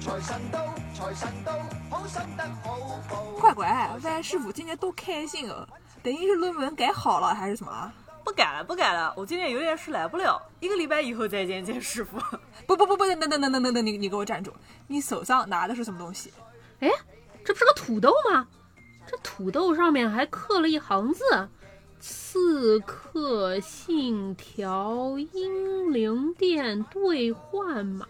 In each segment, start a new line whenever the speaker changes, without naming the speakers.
財神到，財神到，好心得好報。
快拐歪师傅今年都开信哦，等于是论文改好了还是什么啊？
不改了，不改了，我今天有点事来不了，一个礼拜以后再见见师傅。
不不不不，等等等等等等等，你你给我站住！你手上拿的是什么东西？
哎，这不是个土豆吗？这土豆上面还刻了一行字：“刺客信条英灵殿兑换码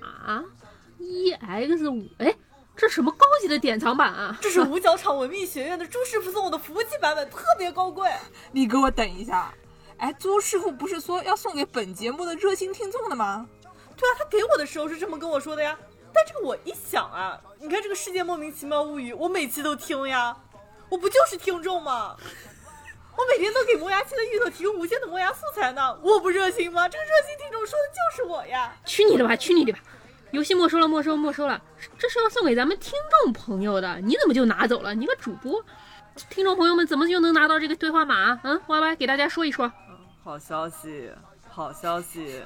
EX 五。”哎，这什么高级的典藏版啊？
这是五角场文秘学院的朱师傅送我的服务器版本，特别高贵。
你给我等一下！哎，朱师傅不是说要送给本节目的热心听众的吗？
对啊，他给我的时候是这么跟我说的呀。但这个我一想啊，你看这个世界莫名其妙物语，我每期都听呀，我不就是听众吗？我每天都给磨牙期的芋头提供无限的磨牙素材呢，我不热心吗？这个热心听众说的就是我呀。
去你的吧，去你的吧！游戏没收了，没收，没收了！这是要送给咱们听众朋友的，你怎么就拿走了？你个主播，听众朋友们怎么就能拿到这个兑换码啊？嗯，Y Y 给大家说一说。
好消息，好消息！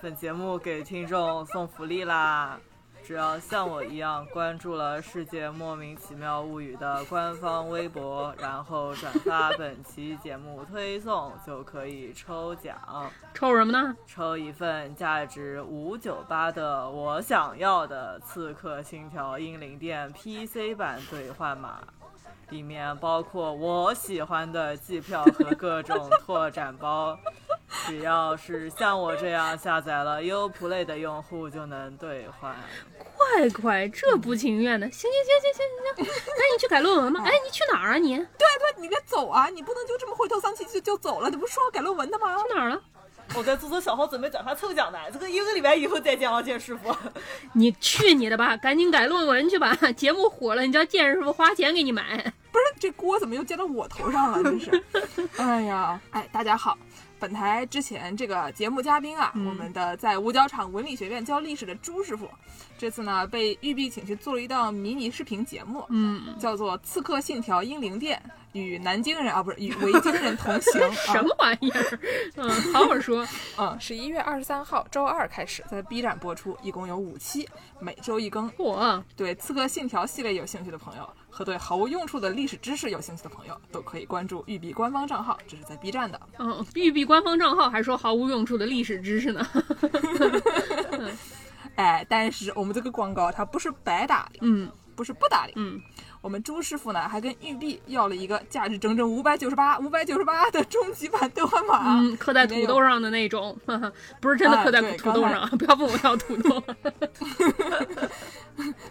本节目给听众送福利啦！只要像我一样关注了《世界莫名其妙物语》的官方微博，然后转发本期节目推送，就可以抽奖，
抽什么呢？
抽一份价值五九八的《我想要的刺客信条：英灵殿》PC 版兑换码。里面包括我喜欢的机票和各种拓展包。只要是像我这样下载了 Uplay 的用户，就能兑换。
快快，这不情愿的！行行行行行行行， 那你去改论文吧。哎，你去哪儿啊你？去
对对，你该走啊！你不能就这么灰头丧气就就走了，你不是说要改论文的吗？
哪儿了？
我在做做小号准备转发抽奖呢，这个一个礼拜以后再见啊，见师傅。
你去你的吧，赶紧改论文去吧。 节目火了，你叫剑师傅花钱给你买。
不是这锅怎么又接到我头上了？真是，哎呀，哎，大家好，本台之前这个节目嘉宾啊，
嗯
我们的在五角场文理学院教历史的朱师傅，这次呢被玉碧请去做了一档迷你视频节目，
嗯，
叫做《刺客信条：英灵殿》，与南京人啊不是与维京人同行
什么玩意儿？ 嗯，好好说。
啊？嗯，十一月二十三号周二开始在 B 站播出，一共有五期，每周一更。
我
对《刺客信条》系列有兴趣的朋友和对毫无用处的历史知识有兴趣的朋友，都可以关注育碧官方账号，这是在 B 站的。
嗯，玉碧官方账号还说毫无用处的历史知识呢。
哎，但是我们这个广告它不是白打的，
嗯
不是不打的。
嗯，
我们朱师傅呢还跟玉碧要了一个价值整整五百九十八、五百九十八的终极版兑换码。
嗯，刻在土豆上的那种， 不是真的刻在
啊对
土豆上，不要问我要土 豆。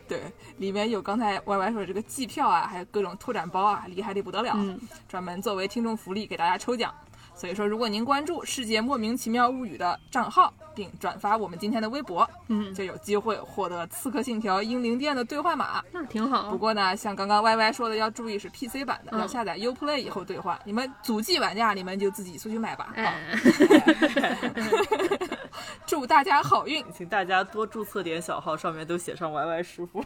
对，里面有刚才 Y Y 说的这个季票啊，还有各种拓展包啊，厉害的不得了，
嗯
专门作为听众福利给大家抽奖。所以说，如果您关注《世界莫名其妙物语》的账号，并转发我们今天的微博，
嗯，
就有机会获得《刺客信条：英灵殿》的兑换码。
那挺好
不。过呢，像刚刚 Y Y 说的，要注意是 PC 版的，
哦嗯
要下载 Uplay 以后兑换。你们祖籍玩家，你们就自己出去买吧。啊，
哎，
祝大家好运！
请大家多注册点小号，上面都写上 YY 师傅。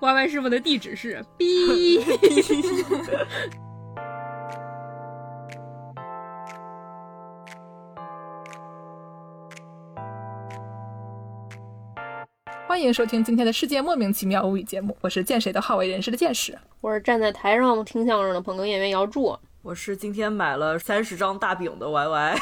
Y Y 师傅的地址是 B。
欢迎收听今天的《世界莫名其妙物语》节目，我是见谁都好为人师的见识。
我是站在台上听相声的捧哏演员姚柱，
我是今天买了三十张大饼的 YY，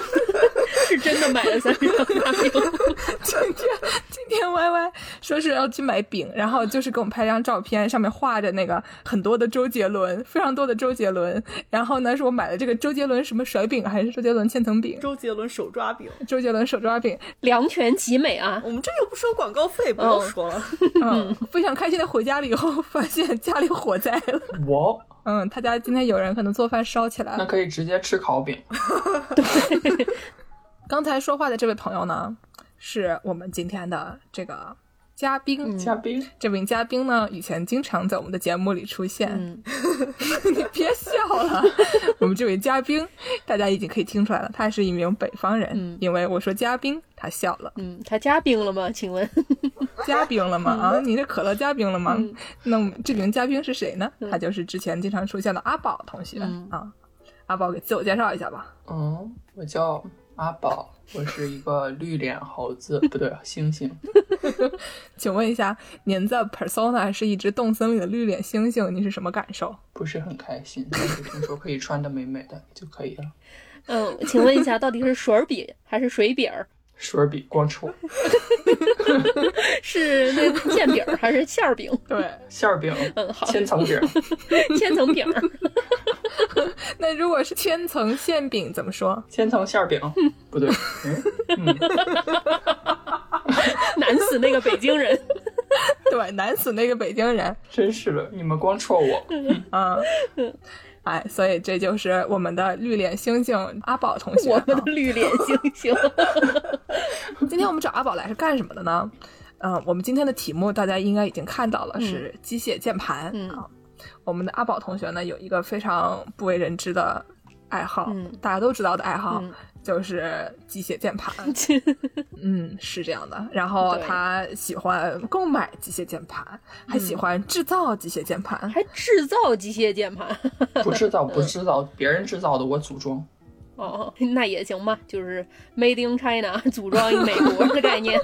是真的买了三十张大饼。
今天今天 Y Y 说是要去买饼，然后就是给我们拍张照片，上面画着那个很多的周杰伦，非常多的周杰伦。然后呢，是我买了这个周杰伦什么甩饼，还是周杰伦千层饼，
周杰伦手抓饼。
周杰伦手抓饼。
两全其美啊！
我们这又不收广告费，不用说了。
嗯，非常开心的回家了以后，发现家里火灾了。
我
嗯，他家今天有人可能做饭烧起来
那
了。
可以直接吃烤
嗯
饼。
刚才说话的这位朋友呢，是我们今天的这个嘉宾。
嘉宾，
这名嘉宾呢，以前经常在我们的节目里出现。
嗯
你别笑了，我们这位嘉宾，大家已经可以听出来了，他是一名北方人。
嗯
因为我说嘉宾，他笑了。
嗯，他加冰了吗？请问，
嘉宾了吗？啊，你这可乐嘉宾了吗？
嗯
那么这名嘉宾是谁呢？
嗯
他就是之前经常出现的阿宝同学、
嗯
啊。阿宝给自我介绍一下吧。
嗯嗯，我叫阿宝，我是一个绿脸猴 子，不对，猩猩。
请问一下，您在 Persona 是一只动森里的绿脸猩猩，你是什么感受？
不是很开心，但是听说可以穿的美美的就可以了。
嗯，请问一下，到底是水儿笔还是水饼儿？
水笔光戳，
是那个馅饼儿还是馅儿饼？
对，
馅儿饼
嗯，好，
千层 饼，
千层饼儿。
那如果是千层馅饼怎么说？
千层馅儿饼，不对，嗯
难死那个北京人。
对，难死那个北京人。
真是的，你们光戳我，
嗯，哎，所以这就是我们的绿脸猩猩阿宝同学。 啊
我们的绿脸猩猩，
今天我们找阿宝来是干什么的呢？嗯，我们今天的题目大家应该已经看到了，
嗯
是机械键盘。
嗯
啊，我们的阿宝同学呢有一个非常不为人知的爱好，
嗯
大家都知道的爱好、
嗯
就是机械键 盘。嗯，是这样的。然后
对
他喜欢购买机械键盘，还喜
嗯
欢制造机械键盘。
还制造机械键盘
不制造，不制造，别人制造的我组装。
哦，那也行吧，就是 Made in China 组装一美国的概念。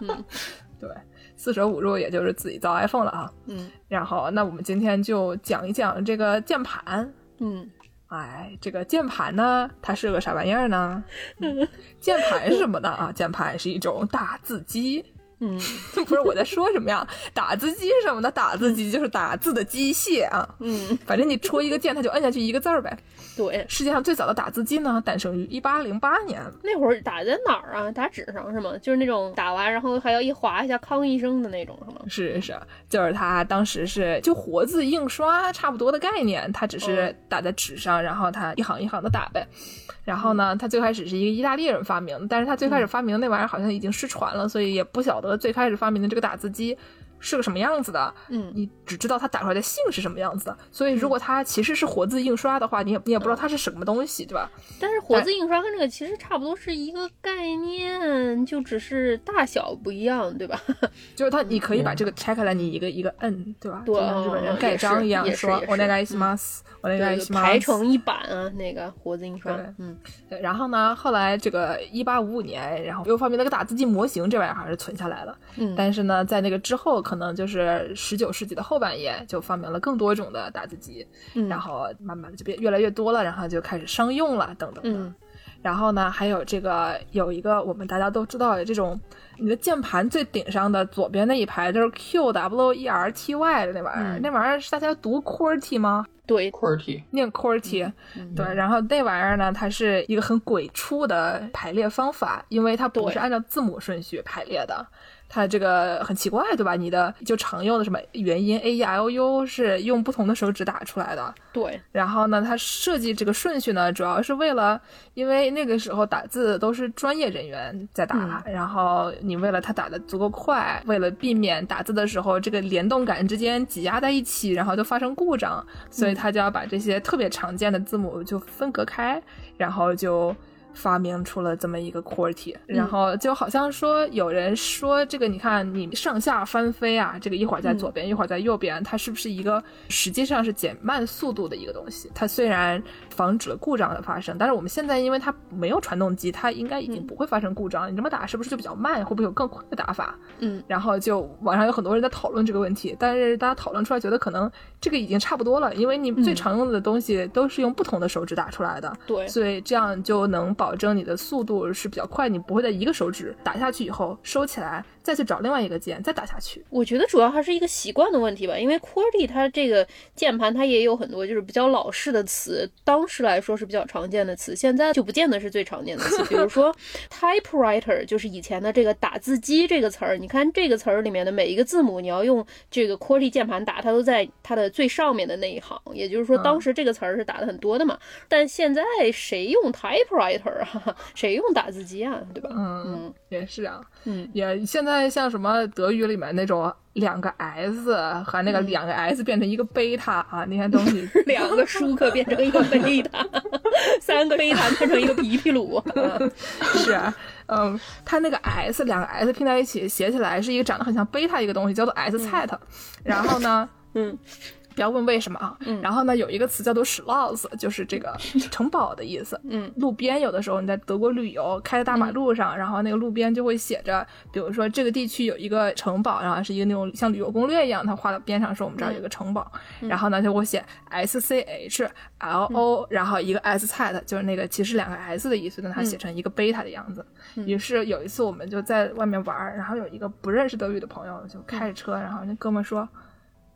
对，四舍五入也就是自己造 iPhone 了啊。
嗯
然后，那我们今天就讲一讲这个键盘。
嗯，
哎，这个键盘呢，它是个啥玩意儿呢？嗯键盘是什么呢？啊，键盘是一种打字机。
嗯，
不是我在说什么呀？打字机是什么呢？打字机就是打字的机械啊。
嗯，
反正你戳一个键，它就摁下去一个字儿呗。
对，
世界上最早的打字机呢，诞生于一八零八年。
那会儿打在哪儿啊？打纸上是吗？就是那种打完然后还要一划一下，康一声的那种是吗？
是是，就是它当时是就活字印刷差不多的概念，它只是
嗯
打在纸上，然后它一行一行的打呗。然后呢，
嗯
它最开始是一个意大利人发明的，但是它最开始发明的那玩意儿好像已经失传了，所以也不晓得最开始发明的这个打字机是个什么样子的。
嗯，
你只知道它打出来的信是什么样子的，所以如果它其实是活字印刷的话，你也你也不
嗯
知道它是什么东西，对吧？
但是活字印刷跟这个其实差不多是一个概念，就只是大小不一样，对吧？
就是它，你可以把这个拆开来，你一个一个摁，对吧？
嗯对
就像日本人
嗯
盖章一样
也，是
说
也是嗯
我那个します，我那个
对，
し
就
ます，
排成一版啊，那个活字印刷
对。
嗯
对，然后呢，后来这个一八五五年，然后又发明了个打字机模型，这玩意儿还是存下来了。
嗯，
但是呢，在那个之后，可能就是十九世纪的后半叶，就发明了更多种的打字机，
嗯
然后慢慢的就变越来越多了，然后就开始商用了，等等的。
嗯
然后呢，还有这个有一个我们大家都知道的这种，你的键盘最顶上的左边那一排就是 Q W E R T Y 的那玩意儿，
嗯
那玩意儿是大家读 QWERTY 吗？
对，
QWERTY
念 QWERTY，、
嗯
对，然后那玩意儿呢，它是一个很鬼畜的排列方法，因为它不
对
是按照字母顺序排列的，它这个很奇怪，对吧？你的就常用的什么元音 a e i o u 是用不同的手指打出来的，
对，
然后呢，它设计这个顺序呢，主要是为了，因为那个时候打字都是专业人员在打，然后你为了它打的足够快，为了避免打字的时候这个联动感之间挤压在一起，然后就发生故障，所以它就要把这些特别常见的字母就分隔开，然后就。发明出了这么一个 QWERTY，然
嗯
后就好像说有人说这个，你看你上下翻飞啊，这个一会儿在
嗯
左边，一会儿在右边，它是不是一个实际上是减慢速度的一个东西？它虽然防止了故障的发生，但是我们现在因为它没有传动机，它应该已经
嗯
不会发生故障。你这么打是不是就比较慢？会不会有更快的打法？
嗯
然后就网上有很多人在讨论这个问题，但是大家讨论出来觉得可能这个已经差不多了，因为你最
嗯
常用的东西都是用不同的手指打出来的。
对，
所以这样就能保证你的速度是比较快，你不会在一个手指打下去以后收起来，再去找另外一个键再打下去。
我觉得主要还是一个习惯的问题吧，因为 QWERTY 它这个键盘它也有很多就是比较老式的词，当时来说是比较常见的词，现在就不见得是最常见的词。比如说 typewriter，就是以前的这个打字机这个词儿，你看这个词儿里面的每一个字母，你要用这个 QWERTY 键盘打，它都在它的最上面的那一行，也就是说
嗯
当时这个词儿是打的很多的嘛。但现在谁用 typewriter 啊？ 谁用打字机啊？对吧？
嗯，
嗯
也是啊，
嗯，
也现在像什么德语里面那种两个 S 和那个
嗯
两个 S 变成一个贝塔啊，那些东西
两个舒克变成一个贝 塔，三个贝塔变成一个皮皮鲁。 嗯
是啊，嗯，它那个 S 两个 S 拼在一起写起来是一个长得很像贝塔一个东西，叫做 S 菜 t 然后呢，
嗯，
不要问为什么啊。
嗯
然后呢，有一个词叫做 Schloss，就是这 个城堡的意思。
嗯
路边有的时候你在德国旅游，开在大马路上，然后那个路边就会写着，比如说这个地区有一个城堡，然后是一个那种像旅游攻略一样，它画到边上说我们这
嗯
儿有个城堡，然后呢就会写 S C H L O，、然
嗯
后一个 S c h 就是那个其实两个 S 的意思，但它写成一个贝塔的样子。
嗯
于是有一次我们就在外面玩儿，然后有一个不认识德语的朋友就开着
嗯
车，然后那哥们儿说。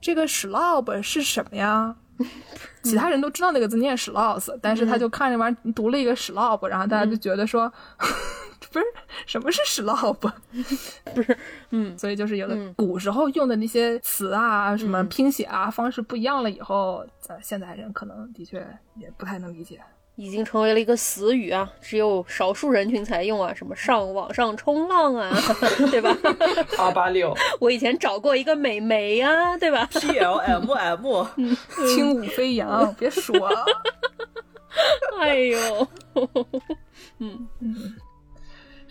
这个 schlob 是什么 呀？其他人都知道那个字念
嗯
schloss，但是他就看这玩意儿读了一个 schlob，然后大家就觉得说， 不是什么是 schlob，不是，嗯，所以就是有了
嗯
古时候用的那些词啊，什么
嗯
拼写啊方式不一样了以后，呃，现在人可能的确也不太能理解。
已经成为了一个死语啊，只有少数人群才用啊，什么上网上冲浪啊， 对吧？
八八六，
我以前找过一个美眉啊，对吧？
T L M M，
嗯
轻舞飞扬，别说，
哎呦，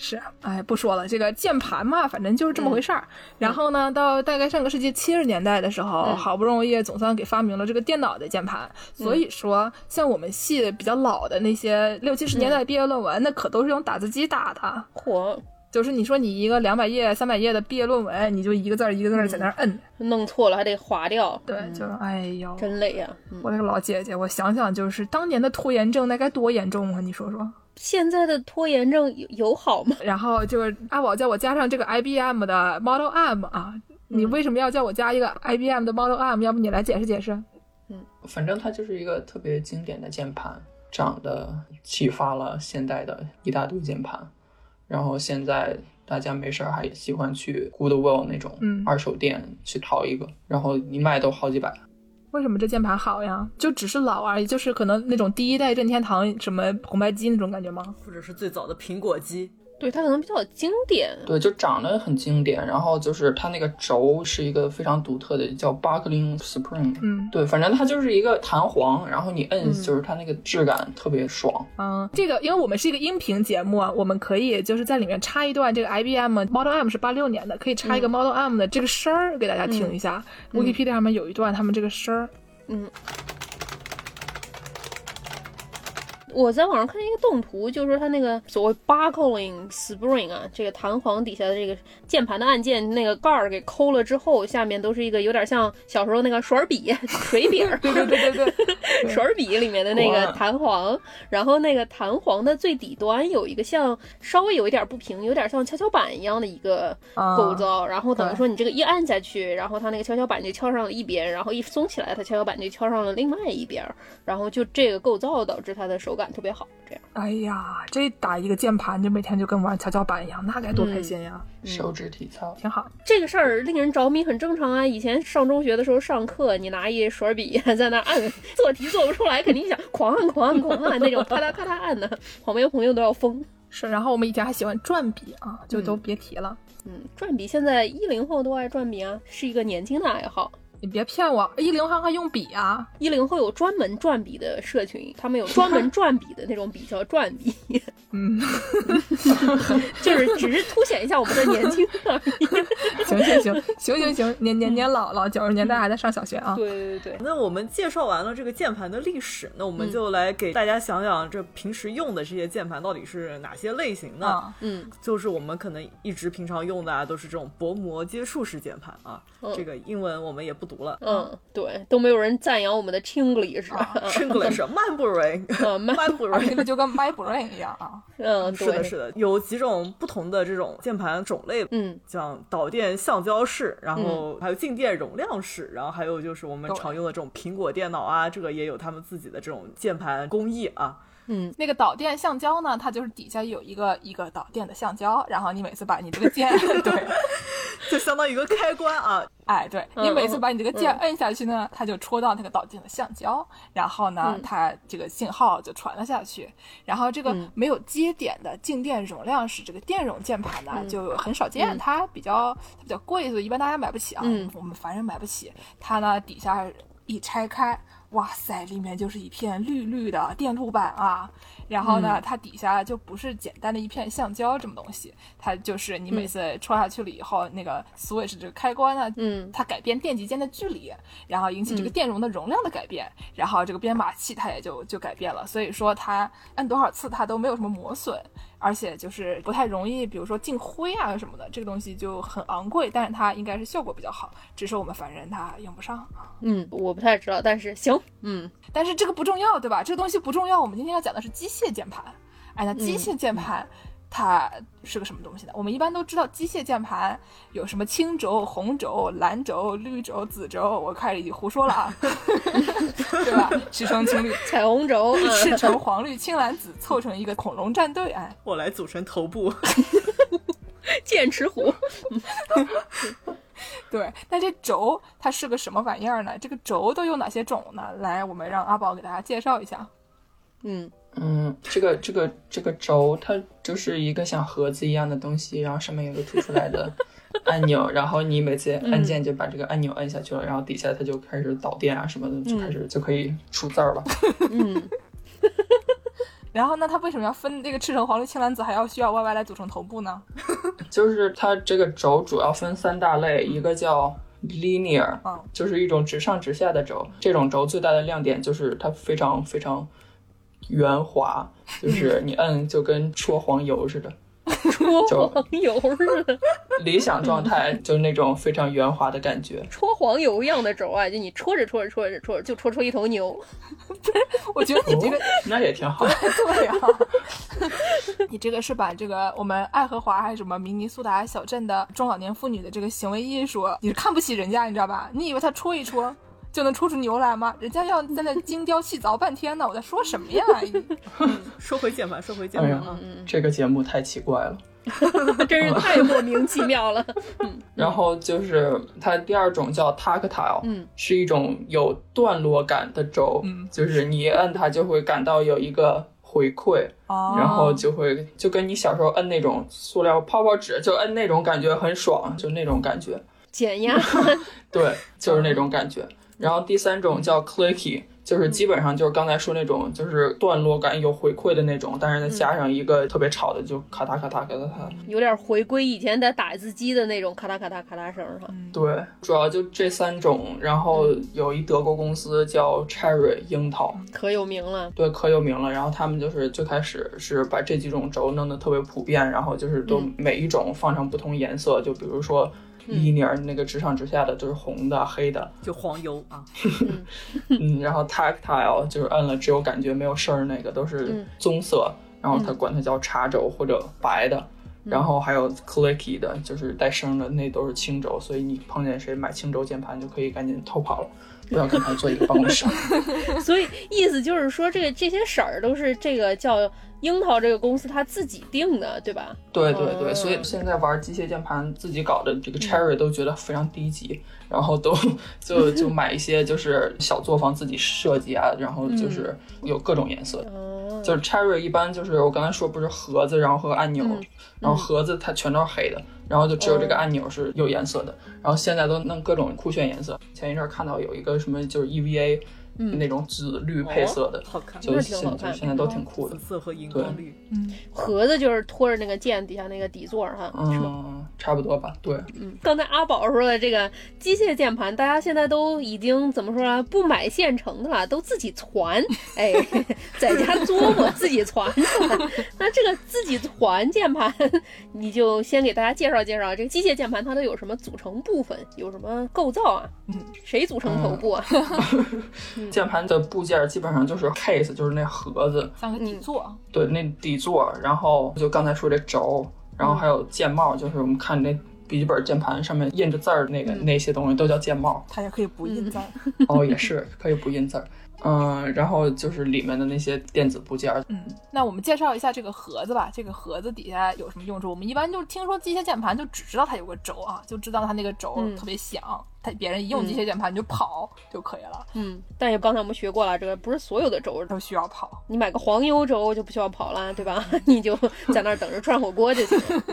是，哎，不说了，这个键盘嘛，反正就是这么
嗯
回事儿。然后呢，到大概上个世纪七十年代的时候，
嗯
好不容易总算给发明了这个电脑的键盘。所以说，像我们系比较老的那些六七十年
嗯
代毕业论文，那可都是用打字机打的。
嚯，
就是你说你一个两百页、三百页的毕业论文，你就一个字儿一个字儿在那儿摁，
弄错了还得划掉，
对，就哎呦，
嗯真累呀、嗯，
我这个老姐姐，我想想，就是当年的拖延症那该多严重啊！你说说。
现在的拖延症有有好吗？
然后就是阿宝叫我加上这个 IBM 的 Model M 啊，你
嗯
为什么要叫我加一个 IBM 的 Model M？要不你来解释解释？
反正它就是一个特别经典的键盘，长得启发了现代的一大堆键盘。然后现在大家没事儿还喜欢去 Goodwill 那种
嗯
二手店去淘一个，然后一卖都好几百。
为什么这键盘好呀？就只是老而已，就是可能那种第一代任天堂什么红白机那种感觉吗？
或者是最早的苹果机，
对，它可能比较经典，
对，就长得很经典。然后就是它那个轴是一个非常独特的，叫 Buckling Spring。
嗯
对，反正它就是一个弹簧，然后你摁
嗯，
就是它那个质感特别爽。
嗯，这个因为我们是一个音频节目，啊，我们可以就是在里面插一段这个 IBM Model M 是八六年的，可以插一个 Model M 的这个声儿给大家听一下。
嗯
Wikipedia 上面有一段他们这个声儿，
我在网上看见一个动图，就是它那个所谓 buckling spring 啊，这个弹簧底下的这个键盘的按键那个盖儿给抠了之后，下面都是一个有点像小时候那个水笔、 水笔儿、
对对对对对，
水笔里面的那个
哇
弹簧，然后那个弹簧的最底端有一个像稍微有一点不平，有点像跷跷板一样的一个
啊
构造，然后等于
对
说你这个一按下去，然后它那个跷跷板就敲上了一边，然后一松起来，它跷跷板就敲上了另外一边儿，然后就这个构造导致它的手感特别好，这样。
哎呀，这打一个键盘，就每天就跟玩跷跷板一样，那该多
嗯
开心呀！
手指体操，
挺好。
这个事儿令人着迷，很正常啊。以前上中学的时候上课，你拿一水笔 在那按做题做不出来，肯定想狂按狂按狂按那种，咔嗒咔嗒按的，旁边朋友都要疯。
是，然后我们以前还喜欢转笔啊，就都别提了。
嗯，转笔现在一零后都爱转笔啊，是一个年轻的爱好。
你别骗我，一零后还用笔啊？
一零后有专门转笔的社群，他们有专门转笔的那种笔叫转笔，
嗯，
就是只是凸显一下我们的年轻而已。
行行行行行行，年年年老了，九十年代还在上小学啊。
对对对，
那我们介绍完了这个键盘的历史，那我们就来给大家想想，这平时用的这些键盘到底是哪些类型呢？
啊，
嗯，
就是我们可能一直平常用的啊，都是这种薄膜接触式键盘啊，
嗯
这个英文我们也不读了。
嗯，对，都没有人赞扬我们的 English，
啊 English Mandarin，
嗯慢
Mandarin，
这个就跟 My Brain 一样啊。
嗯，
是的，
对，
是的，有几种不同的这种键盘种类，
嗯
像导电橡胶式，然后还有静电容量式，然后还有就是我们
嗯对
常用的这种苹果电脑啊，这个也有他们自己的这种键盘工艺啊。
嗯，
那个导电橡胶呢，它就是底下有一个一个导电的橡胶，然后你每次把你这个键， 对，
就相当于一个开关啊，
哎，对
嗯
你每次把你这个键摁下去呢，它就戳到那个导电的橡胶，然后呢
嗯，
它这个信号就传了下去。然后这个
嗯
没有接点的静电容量是这个电容键盘呢
嗯
就很少见，
嗯
它比较它比较贵，所以一般大家买不起啊
嗯，
我们凡人买不起。它呢底下一拆开，哇塞，里面就是一片绿绿的电路板啊。然后
嗯
呢，它底下就不是简单的一片橡胶这么东西，它就是你每次戳下去了以后，那个 switch 这个开关呢，
嗯，
它改变电极间的距离，然后引起这个
嗯
电容的容量的改变，然后这个编码器它也就就改变了。所以说它按多少次它都没有什么磨损，而且就是不太容易，比如说进灰啊什么的，这个东西就很昂贵，但是它应该是效果比较好，只是我们凡人它用不上。啊
嗯，我不太知道，但是行，嗯，
但是这个不重要，对吧？这个东西不重要，我们今天要讲的是机械键盘。哎，那机械键盘。它是个什么东西呢？我们一般都知道机械键盘有什么青轴、红轴、蓝轴、绿轴、紫轴，我开始胡说了 啊，对吧？赤橙青绿，
彩虹轴，
赤
嗯
橙黄绿青蓝紫，凑成一个恐龙战队，哎，
我来组成头部。
剑齿虎，
对。那这轴它是个什么玩意儿呢？这个轴都有哪些种呢？来，我们让阿宝给大家介绍一下。
嗯，
嗯，这个这个这个轴，它就是一个像盒子一样的东西，然后上面有个凸出来的按钮，然后你每次按键就把这个按钮按下去了，然后底下它就开始导电啊什么的，就开始就可以出字儿了。
嗯
然后呢，它为什么要分这个赤橙黄绿青蓝紫，还要需要 YY 来组成头部呢？
就是它这个轴主要分三大类，一个叫 linear，
嗯
就是一种直上直下的轴。这种轴最大的亮点就是它非常非常圆滑，就是你摁就跟戳黄油似的。
戳
轴
黄油似的，
理想状态就是那种非常圆滑的感觉。
戳黄油一样的轴啊，就你戳着戳着戳着戳着，就戳出一头牛，
我觉得你这个
哦、 那也挺好。
对呀、 你这个是把这个我们爱荷华还是什么明尼苏达小镇的中老年妇女的这个行为艺术，你是看不起人家，你知道吧？你以为她戳一戳就能戳出牛来吗？人家要在那精雕细凿半天呢，我在说什么呀？
说回键盘，说回键
哎
盘
呀
啊，，
这个节目太奇怪了。
真是太莫名其妙了。
然后就是它第二种叫 tactile，
嗯，
哦是一种有段落感的轴，
嗯
就是你一摁它就会感到有一个回馈，
哦
然后就会就跟你小时候摁那种塑料泡泡纸，就摁那种感觉很爽，就那种感觉，
减压，
对，就是那种感觉。然后第三种叫 clicky，就是基本上就是刚才说那种，就是段落感有回馈的那种，但
嗯
是再加上一个特别吵的，就咔嗒咔嗒咔嗒咔嗒。
有点回归以前在打字机的那种咔嗒咔嗒咔嗒声儿
嗯
哈。
对，主要就这三种。然后有一德国公司叫 Cherry 樱桃，
可有名了。
对，可有名了。然后他们就是最开始是把这几种轴弄得特别普遍，然后就是都
嗯
每一种放上不同颜色，就比如说。伊尼尔那个直上直下的就是红的、黑的，
就黄油啊，
嗯，然后 tactile 就是摁了只有感觉没有声儿那个都是
嗯
棕色，然后它管它叫茶轴或者白的，然后还有 clicky 的，就是带声的那都是青轴，所以你碰见谁买青轴键盘就可以赶紧偷跑了，不要跟他坐一个办公室。
所以意思就是说，这个这些色儿都是这个叫樱桃这个公司他自己定的，对吧？
对对对，
嗯
所以现在玩机械键盘自己搞的这个 Cherry 都觉得非常低级，然后都就就买一些就是小作坊自己设计啊，然后就是有各种颜色。
哦，
就是 Cherry 一般就是我刚才说不是盒子，然后和按钮，然后盒子它全都是黑的，然后就只有这个按钮是有颜色的，然后现在都弄各种酷炫颜色。前一阵儿看到有一个什么就是 EVA、那种紫绿配色的，
哦好看，
就
那
是
挺好
现
看
就现在都挺酷的
紫。色和荧光绿。
盒子就是拖着那个键底下那个底座儿哈，是吧？
嗯，差不多吧。对，
刚才阿宝说的这个机械键盘，大家现在都已经怎么说啊？不买现成的了，都自己 攒，哎，在家琢磨自己攒的。那这个自己攒键盘， 你就先给大家介绍介绍这个机械键盘它都有什么组成部分，有什么构造啊？嗯，谁组成头 部啊？
键盘的部件基本上就是 case，就是那盒子，
像个底座，啊
对，那底座，然后就刚才说这轴，然后还有键帽，就是我们看那笔记本键盘上面印着字儿那个、那些东西都叫键帽。
它也可以不印在。
嗯
哦，也是可以不印字儿。嗯，然后就是里面的那些电子部件儿，
嗯，那我们介绍一下这个盒子吧。这个盒子底下有什么用处？我们一般就是听说机械键盘，就只知道它有个轴啊，就知道它那个轴
嗯
特别响，它别人一用机械键盘你就跑就可以了，
嗯，但也刚才我们学过了，这个不是所有的轴
都需要跑。
你买个黄油 粥就不需要跑了，对吧？你就在那儿等着涮火锅就行了。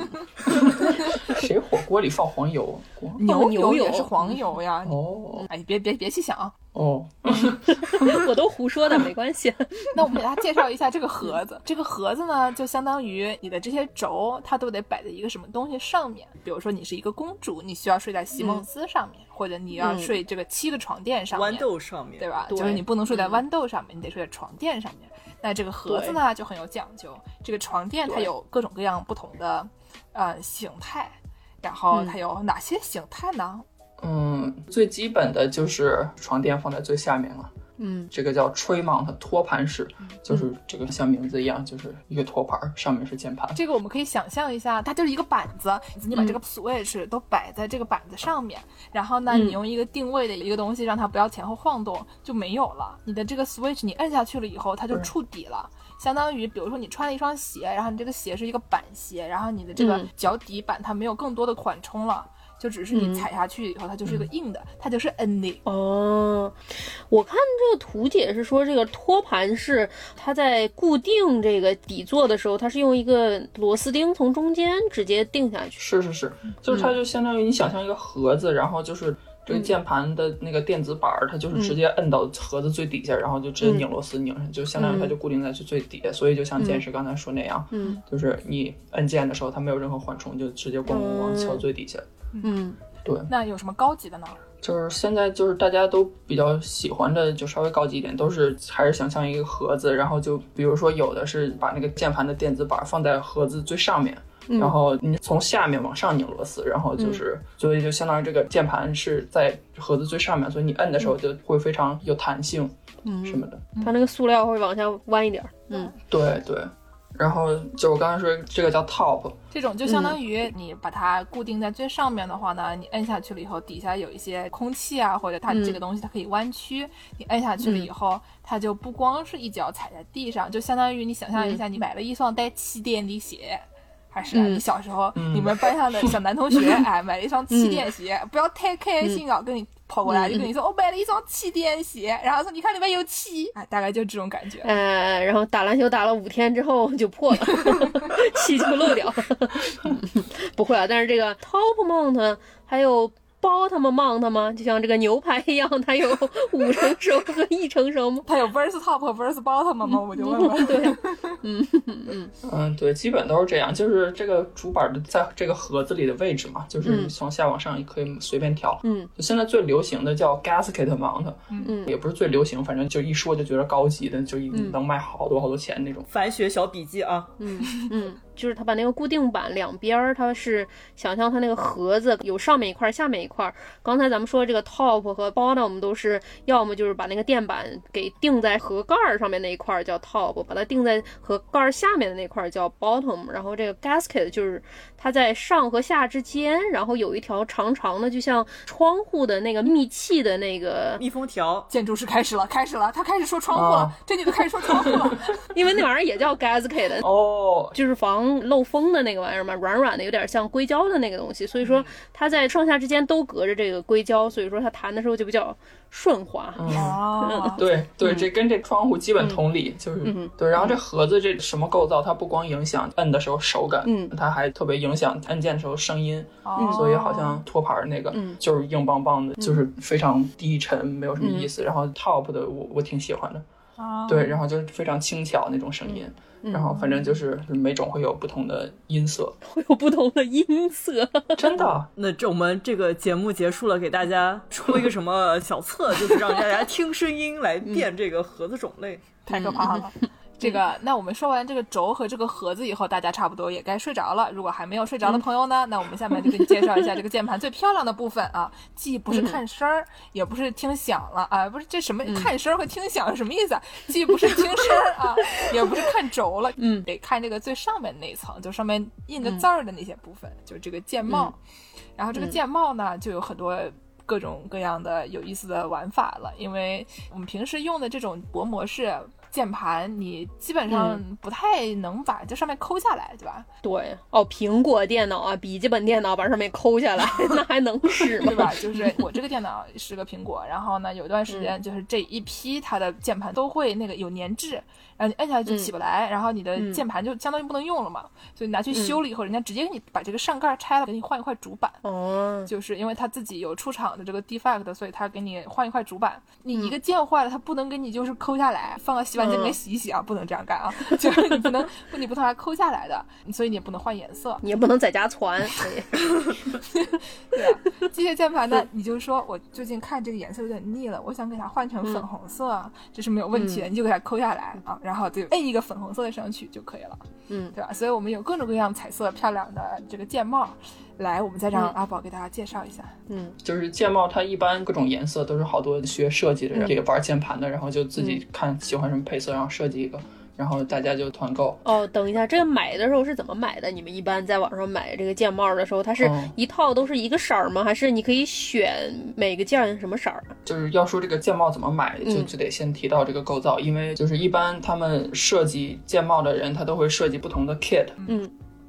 谁火锅里放黄油？黄
哦
牛
牛
油
油嗯
也是黄油呀。你
哦
哎，别别别细想啊！
哦，
我都胡说的，没关系。
那我们给大家介绍一下这个盒子。这个盒子呢，就相当于你的这些轴，它都得摆在一个什么东西上面。比如说，你是一个公主，你需要睡在席梦思上面，或者你要
嗯
睡这个七个床垫上面，
豌豆上面，
对吧？
对嗯
就是你不能睡在豌豆上面，你得睡在床垫上面。那这个盒子呢就很有讲究，这个床垫它
对
有各种各样不同的呃形态，然后
嗯
它有哪些形态呢？
嗯，最基本的就是床垫放在最下面了。
嗯，
这个叫 tray mount 托盘式，就是这个像名字一样，就是一个托盘，上面是键盘。
这个我们可以想象一下，它就是一个板子，你把这个 switch 都摆在这个板子上面，然后呢，
嗯
你用一个定位的一个东西让它不要前后晃动，就没有了。你的这个 switch 你摁下去了以后，它就
对
触底了。相当于，比如说你穿了一双鞋，然后你这个鞋是一个板鞋，然后你的这个
嗯
脚底板它没有更多的缓冲了，就只是你
嗯
踩下去以后，它就是一个硬的，它就是 ending。
哦，我看这个图解是说，这个托盘是它在固定这个底座的时候，它是用一个螺丝钉从中间直接定下去。
是是是，就是它就相当于你想象一个盒子，然后就是这个键盘的那个电子板儿，它就是直接摁到盒子最底下，然后就直接拧螺丝拧上，就相当于它就固定在最最底下。所以就像剑士刚才说那样，
嗯
就是你按键的时候它没有任何缓冲，就直接咣咣咣敲最底下。
嗯
对，
那有什么高级的呢？
就是现在就是大家都比较喜欢的，就稍微高级一点，都是还是想象一个盒子，然后就比如说有的是把那个键盘的电子板放在盒子最上面，
嗯
然后你从下面往上拧螺丝，然后就是、所以就相当于这个键盘是在盒子最上面，所以你摁的时候就会非常有弹性什
嗯，
么的。
它那个塑料会往下弯一点儿。嗯
对对，然后就我刚才说这个叫 top，
这种就相
嗯
当于你把它固定在最上面的话呢，你摁下去了以后，底下有一些空气啊，或者它
嗯
这个东西它可以弯曲，你摁下去了以后，它就不光是一脚踩在地上，就相当于你想象一下，你买了一双带气垫的鞋。还是啊
嗯
你小时候，
嗯
你们班上的小男同 学，哎，买了一双
嗯
气垫鞋，不要太开心啊！跟你跑过来就跟你说，我买了一双气垫鞋，然后说你看里面有气，哎，大概就这种感觉。
呃，然后打篮球打了五天之后就破了， 气就漏掉。 不会啊，但是这个 top mount 还有 bottom mount 吗？就像这个牛排一样，它有五成熟和一成熟吗？
它有 verse top 和 verse bottom 吗？我就问问。
对，
嗯，对，基本都是这样，就是这个主板的在这个盒子里的位置嘛，就是
嗯
从下往上也可以随便调。
嗯，
就现在最流行的叫 gasket mount，
嗯
也不是最流行，反正就一说就觉得高级的，就一
嗯
能卖好多好多钱那种。
凡学小笔记啊，
嗯嗯，就是它把那个固定板两边儿，它是想象它那个盒子有上面一块儿，下面一块儿。刚才咱们说这个 top 和 bottom 都是要么就是把那个垫板给定在盒盖儿上面那一块儿叫 top，把它定在盒盖儿下面的那块儿叫 bottom。然后这个 gasket 就是它在上和下之间，然后有一条长长的，就像窗户的那个密气的 那个，
密封条，
建筑师开始了，开始了，他开始说窗户了，
哦
这女的开始说窗户 了，
因为那玩意儿也叫 gasket，
哦，
就是防漏风的那个玩意儿嘛，软软的，有点像硅胶的那个东西，所以说它在上下之间都隔着这个硅胶，所以说它弹的时候就比较顺滑。
嗯，
哦，
对对，
嗯
这跟这窗户基本同理，就是
嗯
对。然后这盒子这什么构造，它不光影响摁的时候手感，
嗯
它还特别影响按键的时候声音。
哦
所以好像托盘儿那个
嗯
就是硬邦邦的，就是非常低沉，没有什么意思。然后 top 的我我挺喜欢的，
哦
对，然后就是非常轻巧那种声音，
嗯
然后反正就是每种会有不同的音色，
会有不同的音色。
真的。
那这我们这个节目结束了，给大家出一个什么小册，就是让大家听声音来
嗯
辨这个盒子种类。
太可怕了。这个，那我们说完这个轴和这个盒子以后，大家差不多也该睡着了。如果还没有睡着的朋友呢，那我们下面就给你介绍一下这个键盘最漂亮的部分啊，既
嗯
不是看声儿，也不是听响了啊，不是这什么看声儿和听响是什么意思啊？既不是听声儿 啊，也不是看轴了，
嗯
得看这个最上面那一层，就上面印着字儿的那些部分，就是这个键帽。然后这个
嗯
键帽呢，就有很多各种各样的有意思的玩法了。因为我们平时用的这种薄膜式键盘，你基本上
嗯
不太能把这上面抠下来，对吧？
对，哦，苹果电脑啊，笔记本电脑把上面抠 下来，那还能使吗
对？ 吧？就是我这个电脑
嗯
是个苹果，然后呢，有一段时间就是这一批它的键盘都会那个有粘滞，然后你摁下去就起不来，然后你的
嗯
键盘就相当于不能用了嘛，所以拿去修了以后，人家直接给你把这个上盖拆了，给你换一块主板。
哦，
就是因为他自己有出厂的这个 defect，所以他给你换一块主板。你
嗯
一个键坏了，他不能给你就是抠下来，放到洗碗机里面洗一洗啊，不能这样干啊， 就是你不能，你不能把它抠下来的，所以你也不能换颜色。
你也不能在家传，哎
对啊，机械键盘呢，你就说我最近看这个颜色有点腻了，我想给它换成粉红色啊，这是没有问题的，你就给它抠下来啊，然后就摁一个粉红色的上去就可以了，
嗯
对吧？所以我们有各种各样彩色漂亮的这个键帽，来，我们再让阿宝给大家介绍一下。
嗯，
就是键帽，它一般各种颜色都是好多学设计的人、也玩键盘的，然后就自己看喜欢什么配色，然后设计一个，然后大家就团购。
哦，等一下，这个买的时候是怎么买的？你们一般在网上买这个键帽的时候，它是
嗯
一套都是一个色儿吗？还是你可以选每个键什么色儿？
就是要说这个键帽怎么买，就
嗯
就得先提到这个构造，因为就是一般他们设计键帽的人，他都会设计不同的 kit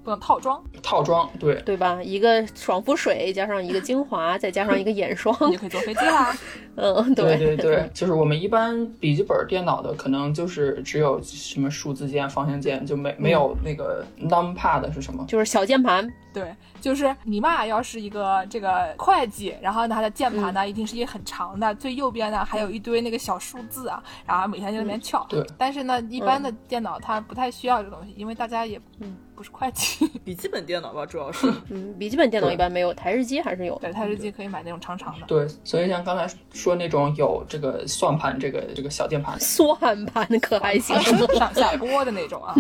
不能套装，
套装，对，
对吧？一个爽肤水，加上一个精华，再加上一个眼霜，
你 就可以坐飞机啦。
嗯，
对对对，就是我们一般笔记本电脑的可能就是只有什么数字键、方向键，就没没有那个 numpad 是什么？
就是小键盘，
对，就是你妈要是一个这个会计，然后呢，她的键盘
嗯
呢、一定是一个很长的，最右边呢还有一堆那个小数字啊，然后每天就在那
嗯
边撬。
对
但是呢，一般的电脑它不太需要这东西，因为大家也
嗯
不是会计，
笔记本电脑吧，主要是
嗯，笔记本电脑
对
一般没有，台式机还是有的。
对，台式机可以买那种长长的。
对，所以像刚才说那种有这个算盘这个这个小键盘，
缩汉盘可 还行？
上下锅的那种啊，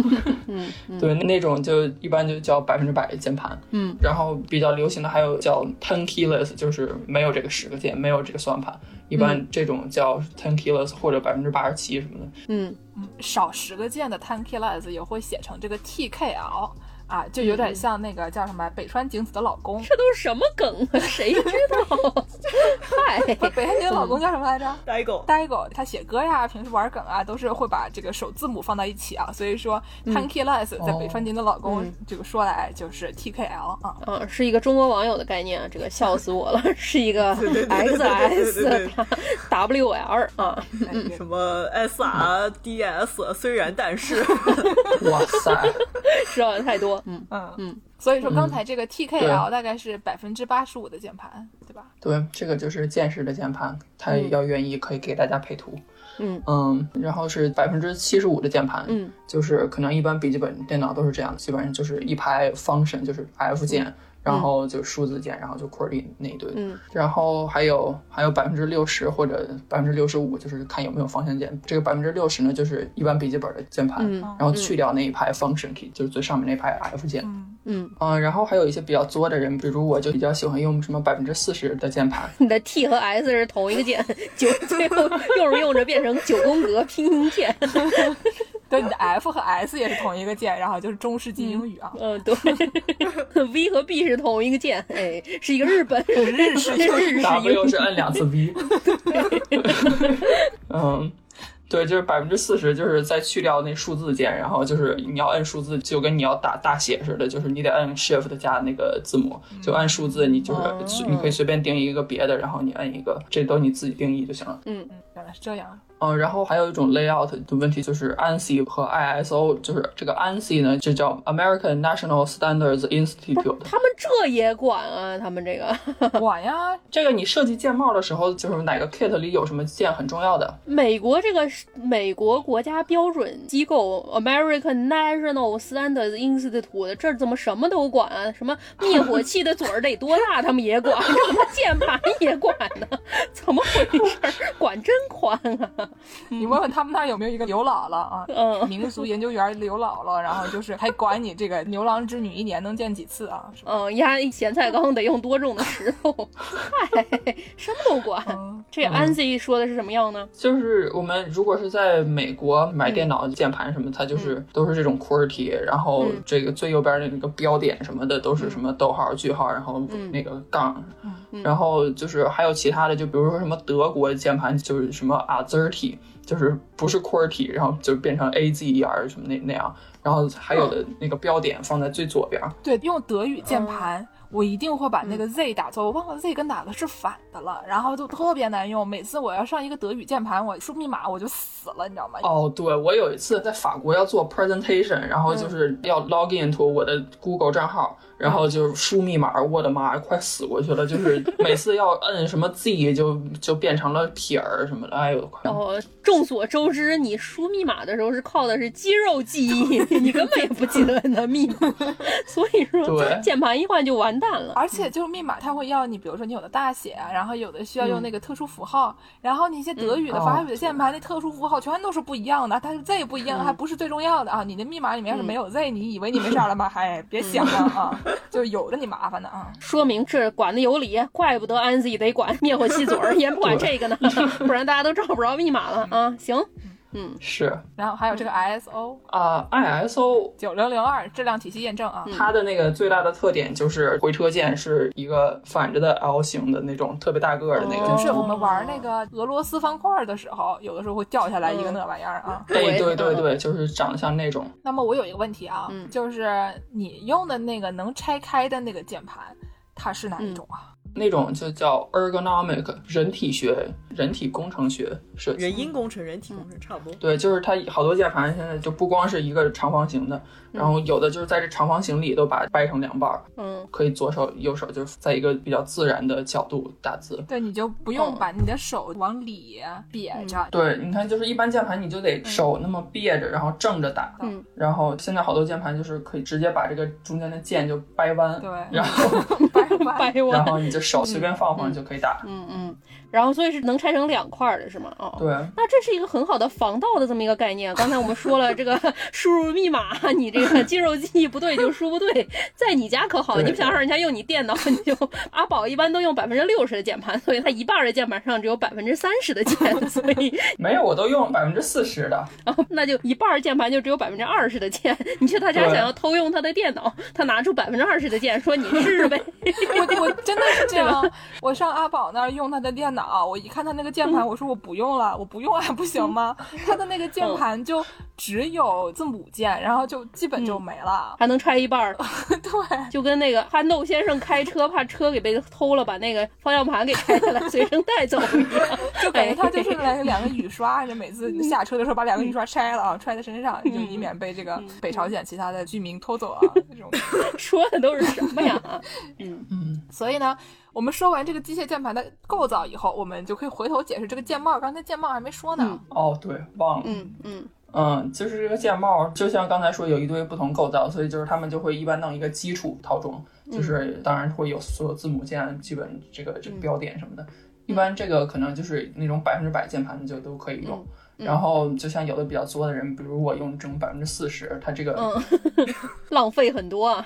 嗯嗯
对，那种就一般就叫百分之百键盘，
嗯，
然后比较流行的还有叫 ten keyless，就是没有这个十个键，没有这个算盘，一
嗯
般这种叫 ten keyless 或者百分之八十七什么的，
嗯，
少十个键的 Ten K Less 也会写成这个 T K L 啊，就有点像那个叫什么北川景子的老公，
这嗯都是什么梗啊？谁知道？嗨，
不是北川景子老公叫什么来着？
呆狗。
呆狗他写歌呀，平时玩梗啊，都是会把这个首字母放到一起啊，所以说 t a n k y Less 在北川景的老公
嗯
这个说来就是 TKL 啊，
啊，是一个中国网友的概念啊，这个笑死我了，是一个 X
对
S W L 啊，
哎
什么 S R D S，虽然但 是，
哇塞，
知道的太多，嗯，
嗯
嗯，啊
所以说刚才这个
对
TKL 大概是百分之八十五的键盘，对吧？
对，这个就是键式的键盘，它
嗯
要愿意可以给大家配图。
嗯
然后是百分之七十五的键盘，
嗯，
就是可能一般笔记本电脑都是这样的，基本上就是一排 function 就是 F 键，然后就数字键，然后就 QWERTY 那一堆，
嗯，
然后还有还有百分之六十或者百分之六十五，就是看有没有方向键。这个百分之六十呢，就是一般笔记本的键盘，
嗯
然后去掉那一排 function key，就是最上面那一排 F 键，
嗯，
嗯，然后还有一些比较作的人，比如我就比较喜欢用什么百分之四十的键盘，
你的 T 和 S 是同一个键，九最后用着用着变成九宫格拼音键，
对，你的 F 和 S 也是同一个键，然后就是中世纪英语啊，
嗯，对，V 和 B 是同一个键，哎，是一个日本日式日式
W 是摁两次 V。嗯，对，就是百分之四十，就是再去掉那数字键，然后就是你要摁数字，就跟你要打大写似的，就是你得摁 Shift 加那个字母，就按数字，你就是、
哦
你可以随便定义一个别的，然后你摁一个，这都你自己定义就行了。
原来是这样。
嗯，然后还有一种 layout 的问题就是 ANSI 和 ISO，就是这个 ANSI 呢，就叫 American National Standards Institute。
他们这也管啊，他们这个
管呀，
这个你设计键帽的时候，就是哪个 kit 里有什么键很重要的，
美国这个是美国国家标准机构 American National Standards Institute，这怎么什么都管啊？什么灭火器的嘴儿得多大，他们也管， 什么键盘也管呢？怎么回事儿？管真宽啊！
你问问他们那儿有没有一个刘姥姥啊？
嗯
民俗研究员刘姥姥，然后就是还管你这个牛郎织女一年能见几次啊？是吧？
嗯，压一咸菜缸得用多重的石头，嗨、什么都管。这
嗯
Anzi 说的是什么样呢？
就是我们如果是在美国买电脑键盘什么，它就是都是这种 QWERTY，然后这个最右边的那个标点什么的都是什么逗号、句号，然后那个杠，然后就是还有其他的，就比如说什么德国键盘就是什么 AZERTY，就是不是 QWERTY，然后就变成 E AZER 什么那那样，然后还有的那个标点放在最左边，
对，用德语键盘，我一定会把那个 Z 打错，我忘了 Z 跟哪个是反的了，然后就特别难用。每次我要上一个德语键盘，我输密码我就死了，你知道吗？
哦，对，我有一次在法国要做 presentation，然后就是要 log in to 我的 Google 账号，然后就输密码，我的妈，快死过去了！就是每次要摁什么 Z 就就变成了撇儿什么的，哎呦，快！
哦，众所周知，你输密码的时候是靠的是肌肉记忆，你根本也不记得你的密码， 所以说
对
键盘一换就完蛋了。
而且就是密码，它会要你，比如说你有的大写啊，然后有的需要用那个特殊符号，然后你一些德语的、
嗯
法
哦
语的键盘，那特殊符号全都是不一样的，它是 Z 不一样，还不是最重要的啊。你的密码里面要是没有 Z，你以为你没事儿了吗？ 嗨，别想了啊，就有着你麻烦的啊。
说明这管的有理，怪不得安 Z 得管灭火器嘴儿，也不管这个呢， 不然大家都找不着密码了啊。行，嗯，
是
然后还有这个 ISO
啊、i s o
九零零二质量体系验证啊，
它的那个最大的特点就是回车键是一个反着的 L 型的那种特别大个儿的那个，
哦就是我们玩那个俄罗斯方块的时候，有的时候会掉下来一个那玩意儿啊。
哎，对对
嗯
对，就是长得像那种。
那么我有一个问题啊，
嗯
就是你用的那个能拆开的那个键盘，它是哪一种啊？
那种就叫 ergonomic 人体学、人体工程学设计。
人因工程、人体工程差不多。
对，就是它好多键盘现在就不光是一个长方形的，然后有的就是在这长方形里都把它掰成两半儿，
嗯，
可以左手右手就是在一个比较自然的角度打字。
对，你就不用把你的手往里瘪着。
对，你看，就是一般键盘你就得手那么别着，然后正着打。
嗯。
然后现在好多键盘就是可以直接把这个中间的键就掰弯，
对
然后
掰弯
掰
然
弯，
后你就手随便放放
嗯
就可以打。
嗯嗯，然后所以是能拆成两块儿的是吗？哦，
对，
那这是一个很好的防盗的这么一个概念。刚才我们说了，这个 输入密码，你这个肌肉记忆不对就输不对。在你家可好，
对
你不想让人家用你电脑，你就阿宝一般都用百分之六十的键盘，所以他一半儿的键盘上只有百分之三十的键，所以
没有，我都用百分之四十的。
那就一半儿键盘就只有百分之二十的键。你去他家
对
想要偷用他的电脑，他拿出百分之二十的键说你试呗。
我我真的是这样， 我上阿宝那儿用他的电脑，我一看他那个键盘，我说我不用了，我不用啊还不行吗？他的那个键盘就只有字母键，然后就基本就没了。
还能拆一半儿，
对，
就跟那个憨豆先生开车怕车给被偷了，把那个方向盘给拆下来随身带走一样，
就感觉他就是来两个雨刷，就每次下车的时候把两个雨刷拆了啊，揣在身上，就以免被这个北朝鲜其他的居民偷走啊这种。
说的都是什么呀？
嗯，
所以呢，我们说完这个机械键盘的构造以后，我们就可以回头解释这个键帽。刚才键帽还没说呢，
哦，对，忘了。
嗯嗯
嗯，就是这个键帽，就像刚才说有一堆不同构造，所以就是他们就会一般弄一个基础套装，就是当然会有所有字母键、基本这个这个标点什么的。一般这个可能就是那种百分之百键盘就都可以用。然后就像有的比较作的人，比如我用这种百分之四十，它这个、
嗯，浪费很多啊。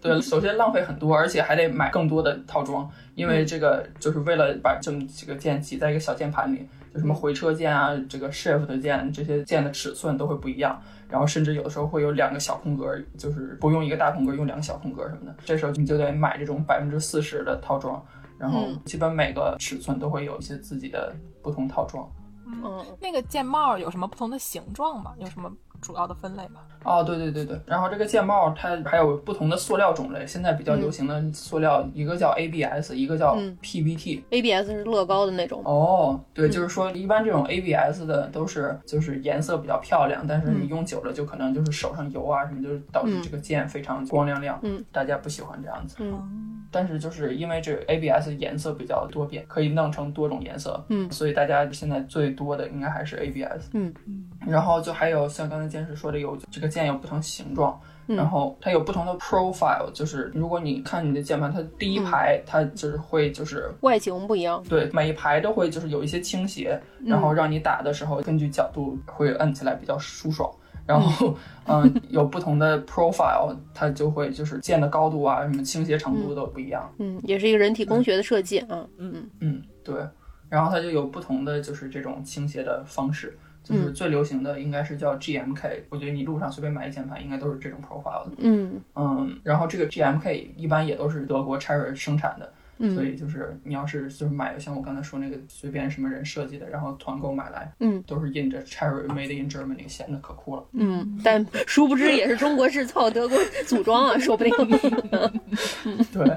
对，首先浪费很多，而且还得买更多的套装，因为这个就是为了把这么几个键挤在一个小键盘里，就什么回车键啊、这个 Shift 键这些键的尺寸都会不一样，然后甚至有的时候会有两个小空格，就是不用一个大空格，用两个小空格什么的，这时候你就得买这种百分之四十的套装，然后基本每个尺寸都会有一些自己的不同套装。
嗯
那个键帽有什么不同的形状吗？有什么主要的分类吗？
哦，对对对对，然后这个键帽它还有不同的塑料种类，现在比较流行的塑料，一个叫 ABS，一个叫
嗯
PBT。
，ABS 是乐高的那种，
哦，
嗯
对，就是说一般这种 ABS 的都是就是颜色比较漂亮，但是你用久了就可能就是手上油啊什么，就是导致这个键非常光亮亮。
嗯，
大家不喜欢这样子。
嗯，
但是就是因为这个 ABS 颜色比较多变，可以弄成多种颜色。
嗯
所以大家现在最多的应该还是 ABS。
嗯，
然后就还有像刚才监视说的有这个键有不同形状。
嗯
然后它有不同的 profile，就是如果你看你的键盘，它第一
嗯
排它就是会就是
外形不一样。
对，每一排都会就是有一些倾斜，然后让你打的时候根据角度会摁起来比较舒爽。然后， 嗯，有不同的 profile，它就会就是键的高度啊，什么倾斜程度都不一样。
嗯，也是一个人体工学的设计啊。
嗯，对。然后它就有不同的就是这种倾斜的方式，就是最流行的应该是叫 GMK，我觉得你路上随便买一键盘应该都是这种 profile 的。
嗯
嗯，然后这个 GMK 一般也都是德国 Cherry 生产的，所以就是你要是就是买像我刚才说那个随便什么人设计的，然后团购买来，
嗯，
都是印着 Cherry Made in Germany，显得可酷了。
嗯，但 殊不知也是中国制造，德国组装啊，说不定。
对，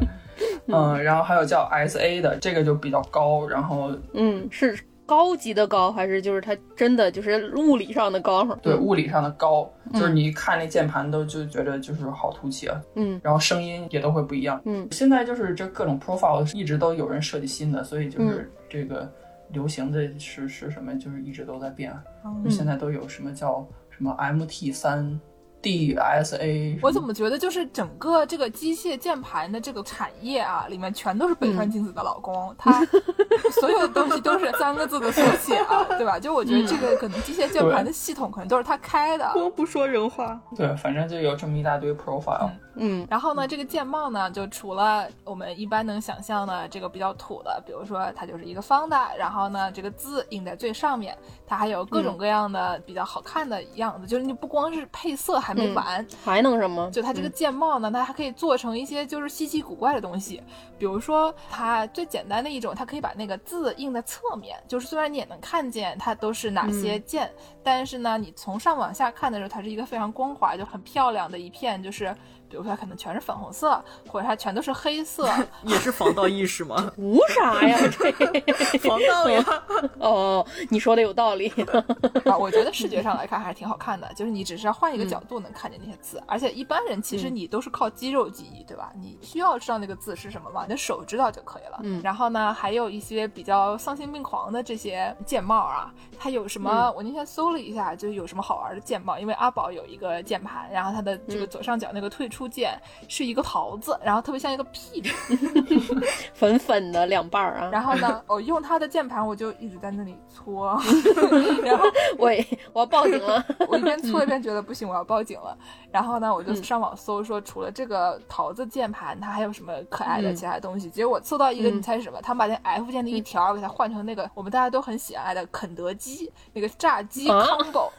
嗯，然后还有叫 SA 的，这个就比较高，然后
嗯，是高级的高还是就是它真的就是物理上的高？
对物理上的高，就是你一看那键盘都就觉得就是好凸起啊，
嗯
然后声音也都会不一样，
嗯，
现在就是这各种 profile 一直都有人设计新的，所以就是这个流行的是是什么，就是一直都在变，啊现在都有什么叫什么 MT 三 DSA，
我怎么觉得就是整个这个机械键盘的这个产业啊，里面全都是北川景子的老公，她所有的东西都是三个字的缩写啊，对吧？就我觉得这个可能机械键盘的系统可能都是他开的。
光不说人话，
对，反正就有这么一大堆 profile，
嗯
然后呢，这个键帽呢，就除了我们一般能想象的这个比较土的，比如说它就是一个方的，然后呢，这个字印在最上面，它还有各种各样的比较好看的样子，就是你不光是配色还没
嗯
完，
还能什么？？
就它这个键帽呢，它还可以做成一些就是稀奇古怪的东西，比如说它最简单的一种，它可以把那个字印在侧面，就是虽然你也能看见它都是哪些键，但是呢，你从上往下看的时候，它是一个非常光滑就很漂亮的一片，就是比如说它可能全是粉红色，或者它全都是黑色，
也是防盗意识吗
无啥 呀，这
防盗呀，
哦，你说的有道 理。
啊，我觉得视觉上来看还是挺好看的，就是你只是要换一个角度能看见那些字，而且一般人其实你都是靠肌肉记忆，对吧？你需要知道那个字是什么嘛，你的手知道就可以了。
嗯
然后呢，还有一些比较丧心病狂的这些键帽啊，它有什么？我那天搜了一下，就是有什么好玩的键帽，因为阿宝有一个键盘，然后它的这个左上角那个退出键是一个桃子，然后特别像一个屁股。
粉粉的两半儿啊。
然后呢，我用它的键盘，我就一直在那里搓，然后。
我也我要报警了。
我一边
嗯
搓一边觉得不行，我要报警了。然后呢，我就上网搜说，除了这个桃子键盘，它还有什么可爱的
嗯
其他东西？结果我搜到一个，
嗯
你猜是什么？他们把那 F 键的一条给它换成那个我们大家都很喜爱的肯德基那个炸鸡
啊
combo。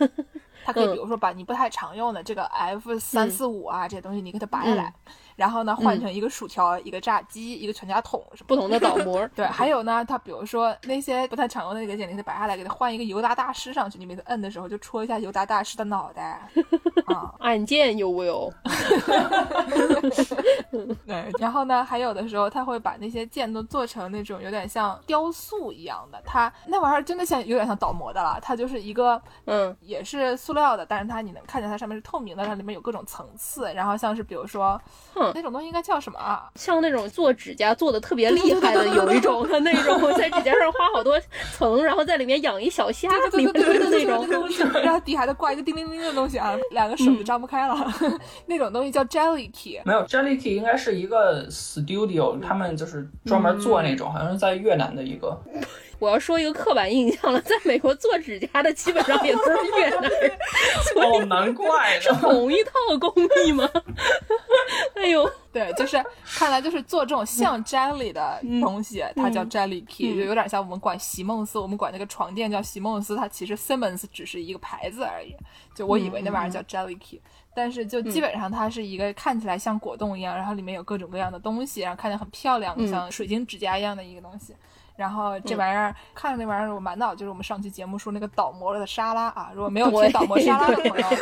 它 可以
嗯
比如说把你不太常用的这个 F 三四五啊这些东西，你给它拔
嗯
下来，然后呢换成一个薯条、一个炸鸡、一个全家桶什么
不同的倒模，
对，还有呢，它比如说那些不太常用的那个键，你给它摆下来，给它换一个尤达大师上去，你每次摁的时候就戳一下尤达大师的脑 袋啊。
按键有木有？
对，然后呢，还有的时候它会把那些键都做成那种有点像雕塑一样的，它那玩意儿真的像有点像倒模的了，它就是一个
嗯
也是塑料的，但是它你能看见它上面是透明的，它里面有各种层次，然后像是比如说
哼
那种东西应该叫什么啊？
像那种做指甲做的特别厉害的，有一种的那种，在指甲上花好多层，然后在里面养一小虾，里面的那种。
东西，然后底还得挂一个叮铃铃的东西 啊，两个手
嗯
就张不开了， 那种东西叫 jelly key。
没有 Jelly Key 应该是一个 studio，他们就是专门做那种，好像是在越南的一个，
我要说一个刻板印象了，在美国做指甲的基本上也都是越南人，
哦，难怪呢。
同一套工艺吗？ 哎呦，
对，就是看来就是做这
嗯
种像 jelly 的东西，它叫 jelly key，、就有点像我们管席梦思，我们管那个床垫叫席梦思，它其实 Simmons 只是一个牌子而已。就我以为那
嗯
玩意儿叫 jelly key，、但是就基本上它是一个看起来像果冻一样，然后里面有各种各样的东西，然后看着很漂亮，
嗯
像水晶指甲一样的一个东西。然后这玩意儿、看着那玩意儿，我满脑就是我们上期节目说那个倒模的沙拉啊，如果没有听
对
倒模沙拉的朋友，我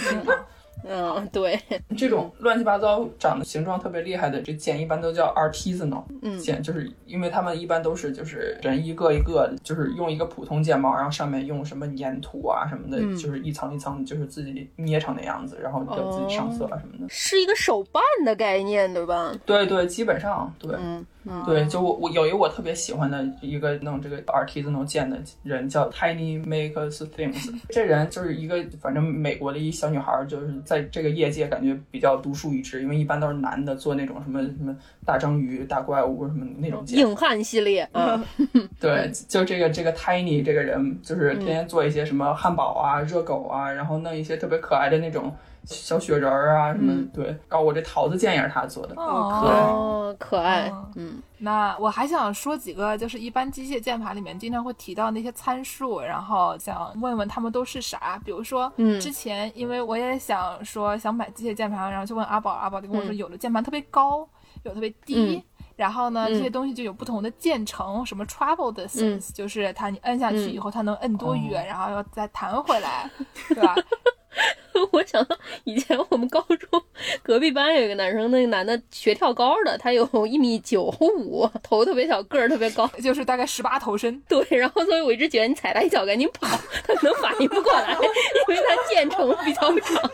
去听啊。
嗯，对，
这种乱七八糟、长得形状特别厉害的这剑，一般都叫 artisanal
嗯
剑，就是因为他们一般都是就是人一个一个，就是用一个普通键帽，然后上面用什么粘土啊什么的，就是一层一层，就是自己捏成那样子，然后就自己上色啊什么的。
是一个手办的概念，对吧？
对对，基本上对。
嗯
对，就我我有一个我特别喜欢的一个弄这个 artisanal 剑的人叫 Tiny Makes Things，这人就是一个反正美国的一小女孩儿，就是在这个业界感觉比较独树一帜，因为一般都是男的做那种什么什么大章鱼、大怪物什么那种剑。
硬汉系列啊，
对，就这个这个 Tiny 这个人，就是天天做一些什么汉堡啊、热狗啊，然后弄一些特别可爱的那种小雪人儿啊什么。对，然后我这桃子剑也是他做的。
哦
对
哦，可爱
哦，
嗯
那我还想说几个，就是一般机械键盘里面经常会提到那些参数，然后想问问他们都是啥。比如说，
嗯
之前因为我也想说想买机械键盘，然后就问阿宝，阿宝就跟我说，
嗯
有的键盘特别高，有的特别低。
嗯
然后呢，
嗯
这些东西就有不同的键程，什么 travel distance，、就是
哦
它你摁下去以后，它能摁多远，然后要再弹回来，对吧？
我想到以前我们高中隔壁班有一个男生，那个男的学跳高的，他有一米九五，头特别小，个儿特别高，
就是大概十八头身，
对，然后所以我一直觉得你踩他一脚赶紧跑，他可能反应不过来，因为他溅成比较长。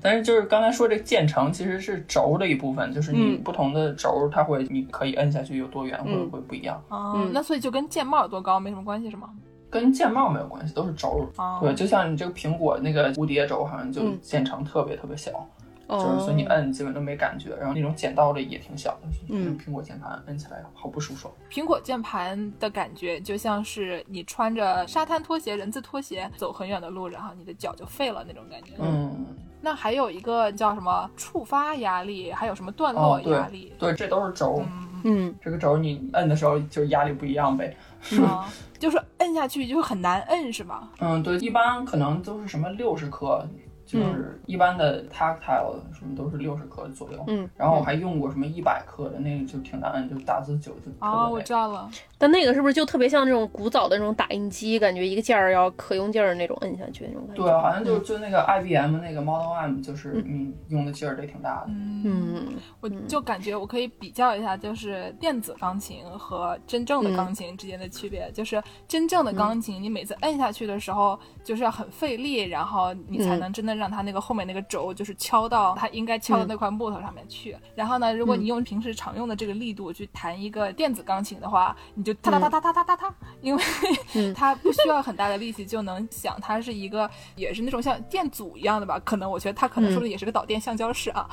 但是就是刚才说这个键程其实是轴的一部分，就是你不同的轴，它会你可以摁下去有多远，会
嗯
会不一样。
哦、
嗯
那所以就跟键帽有多高没什么关系是吗？
跟键帽没有关系，都是轴。
哦
对，就像你这个苹果那个蝴蝶轴，好像就
嗯
键程特别特别小， 就是
哦
所以，你摁基本都没感觉。然后那种剪刀的也挺小的，就是
嗯
苹果键盘摁起来好不舒爽。
苹果键盘的感觉就像是你穿着沙滩拖鞋、人字拖鞋走很远的路，然后你的脚就废了那种感觉。
嗯，
那还有一个叫什么触发压力，还有什么段落
哦，对
压力？
对，这都是轴。
嗯，
嗯
这个轴你摁的时候就压力不一样呗。
啊， 就是摁下去就很难摁是吗？
嗯，对，一般可能都是什么六十克，就是一般的 tactile 什么都是六十克左右。
嗯，
然后我还用过什么一百克的，那个就挺难摁，就打字久就
哦
啊、
特
我
别累
知。道了。
但那个是不是就特别像那种古早的那种打印机，感觉一个键儿要可用劲儿那种摁下去那种感觉？
对，啊好像
嗯
就就那个 IBM 那个 Model M，就是你用的劲儿得挺大的。
嗯
嗯，
我就感觉我可以比较一下，就是电子钢琴和真正的
嗯
钢琴之间的区别。就是真正的钢琴，你每次摁下去的时候，就是要很费力，然后你才
嗯
能真的让它那个后面那个轴就是敲到它应该
嗯
敲的那块木头上面去。然后呢，如果你用平时常用的这个力度去弹一个电子钢琴的话，你就哒哒哒哒哒哒哒哒，因为
嗯
它不需要很大的力气就能想它是一个也是那种像电阻一样的吧？可能我觉得它可能
嗯
说的也是个导电橡胶式啊，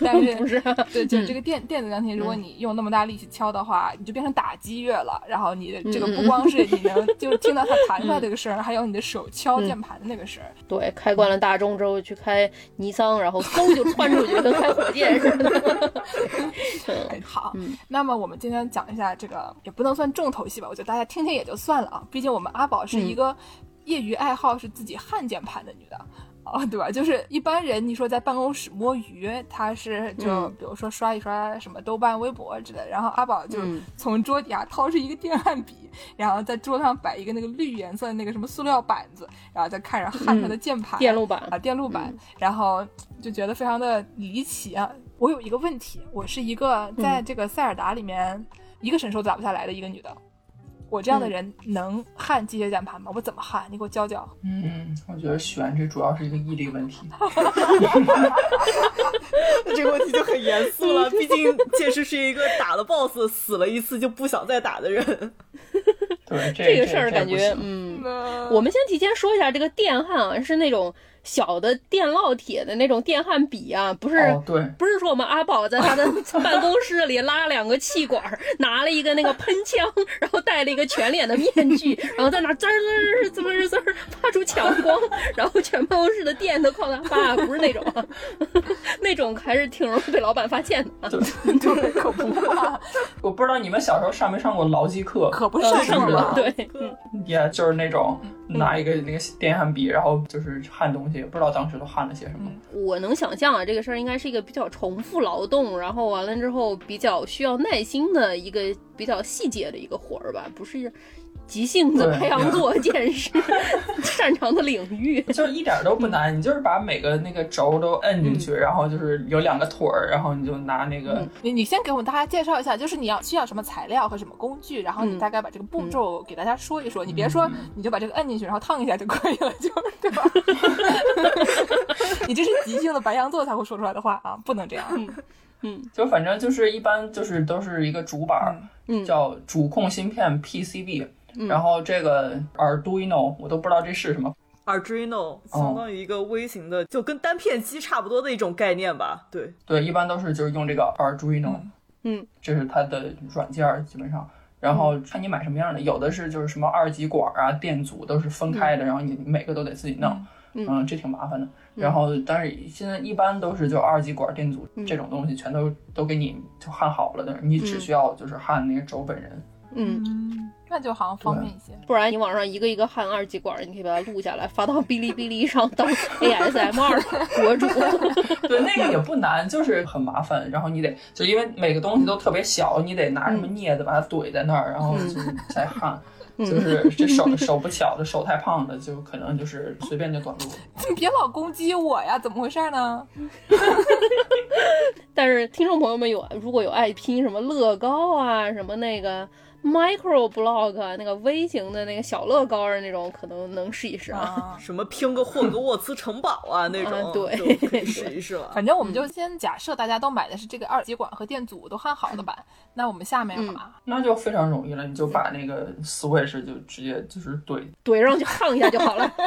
但是
不是啊，
对，就是
嗯
这个电电子钢琴，如果你用那么大力气敲的话，你就变成打击乐了。然后你的这
嗯
个不光是你能就是听到它弹出来这个声儿，还有你的手
嗯
敲键盘的那个声儿。
对，开惯了大众之后去开尼桑，然后嗖就窜出去，跟开火箭似的。
哎，好
嗯，
那么我们今天讲一下这个，也不能算重头戏吧，我觉得大家听听也就算了啊。毕竟我们阿宝是
嗯
一个业余爱好是自己焊键盘的女的。哦，对吧？就是一般人，你说在办公室摸鱼，他是就
嗯
比如说刷一刷什么豆瓣、微博之类的，然后阿宝就
嗯
从桌底下掏出一个电焊笔，然后在桌上摆一个那个绿颜色的那个什么塑料板子，然后再看着焊他的键盘、
电路板，
啊嗯电路板，然后就觉得非常的离奇啊。我有一个问题，我是一个在这个塞尔达里面一个神兽都打不下来的一个女的，我这样的人能焊机械键盘吗？我怎么焊？你给我教教。
嗯，我觉得选这主要是一个毅力 问题。
这个问题就很严肃 了，毕竟剑师是一个打了 BOSS 死了一次就不想再打的人。
对，这
这
这
个事儿
这
感
不
觉，
行
嗯，
我
我们先提前说一下，这个电焊啊是那种小的电烙铁的那种电焊笔啊，不是、
哦，对，
不是说我们阿宝在他的 办公室里拉两个气管儿，拿了一个那个喷枪，然后戴了一个全脸的面具，然后在那滋儿滋儿滋儿滋儿滋儿发出强光，然后全办公室的电都靠他发，不是那种啊， 那种还是挺容易被老板发现的啊。
对，可不嘛，
我不知道你们小时候上没上过劳技课，
可不上啊
是
过
的
嘛。
对，
也就是那种
嗯
拿一个那个电焊笔，然后就是焊东西，也不知道当时都焊了些什么。
我能想象啊，这个事儿应该是一个比较重复劳动，然后完了之后比较需要耐心的一个比较细节的一个活儿吧，不是急性子
对
培养自我见识 擅长的领域。
就是一点都不难，你就是把每个那个轴都摁
嗯
进去，然后就是有两个腿儿，然后你就拿那个，
你你先给我们大家介绍一下，就是你要需要什么材料和什么工具，然后你
嗯
大概把这个步骤给大家说一说。你别说你就把这个摁进去，然后烫一下就可以了，就是对吧？ 你这是即兴的白羊座才会说出来的话啊，不能这样。
就反正就是一般就是都是一个主板儿，
嗯
叫主控芯片 PCB，、然后这个 Arduino 我都不知道这是什么，
Arduino 相当于一个微型的，就跟单片机差不多的一种概念吧。对，
对，一般都是就是用这个 Arduino，
嗯，
这是它的软件儿基本上。然后看你买什么样的，有的是就是什么二极管啊、电阻都是分开的，然后你每个都得自己弄，
嗯
这挺麻烦的。然后但是现在一般都是就二极管、电
嗯
阻这种东西全都都给你就焊好了的，你只需要就是焊那个轴本人。
嗯，
嗯， 那就好像方便一些。
不然你往上一个一个焊二极管，你可以把它录下来，发到哔哩哔哩上当 ASMR 博主。
对，那个也不难，就是很麻烦。然后你得就因为每个东西都特别小，你得拿什么镊子把它怼在那儿，然后就是再焊。就是这手手不巧的手太胖了，就可能就是随便就短路了。
你别老攻击我呀，怎么回事呢？
但是听众朋友们有如果有爱拼什么乐高啊，什么那个 micro block 啊那个微型的那个小乐高啊那种，可能能试一试啊。
啊，
什么拼个霍格沃茨城堡 啊那种，
啊对
就可以试一试了。
反正我们就先假设大家都买的是这个二极管和电阻都焊
嗯
好的版，那我们下面要干嘛？
那就非常容易了，你就把那个 Switch 就直接就是怼，
怼上去烫一下就好了。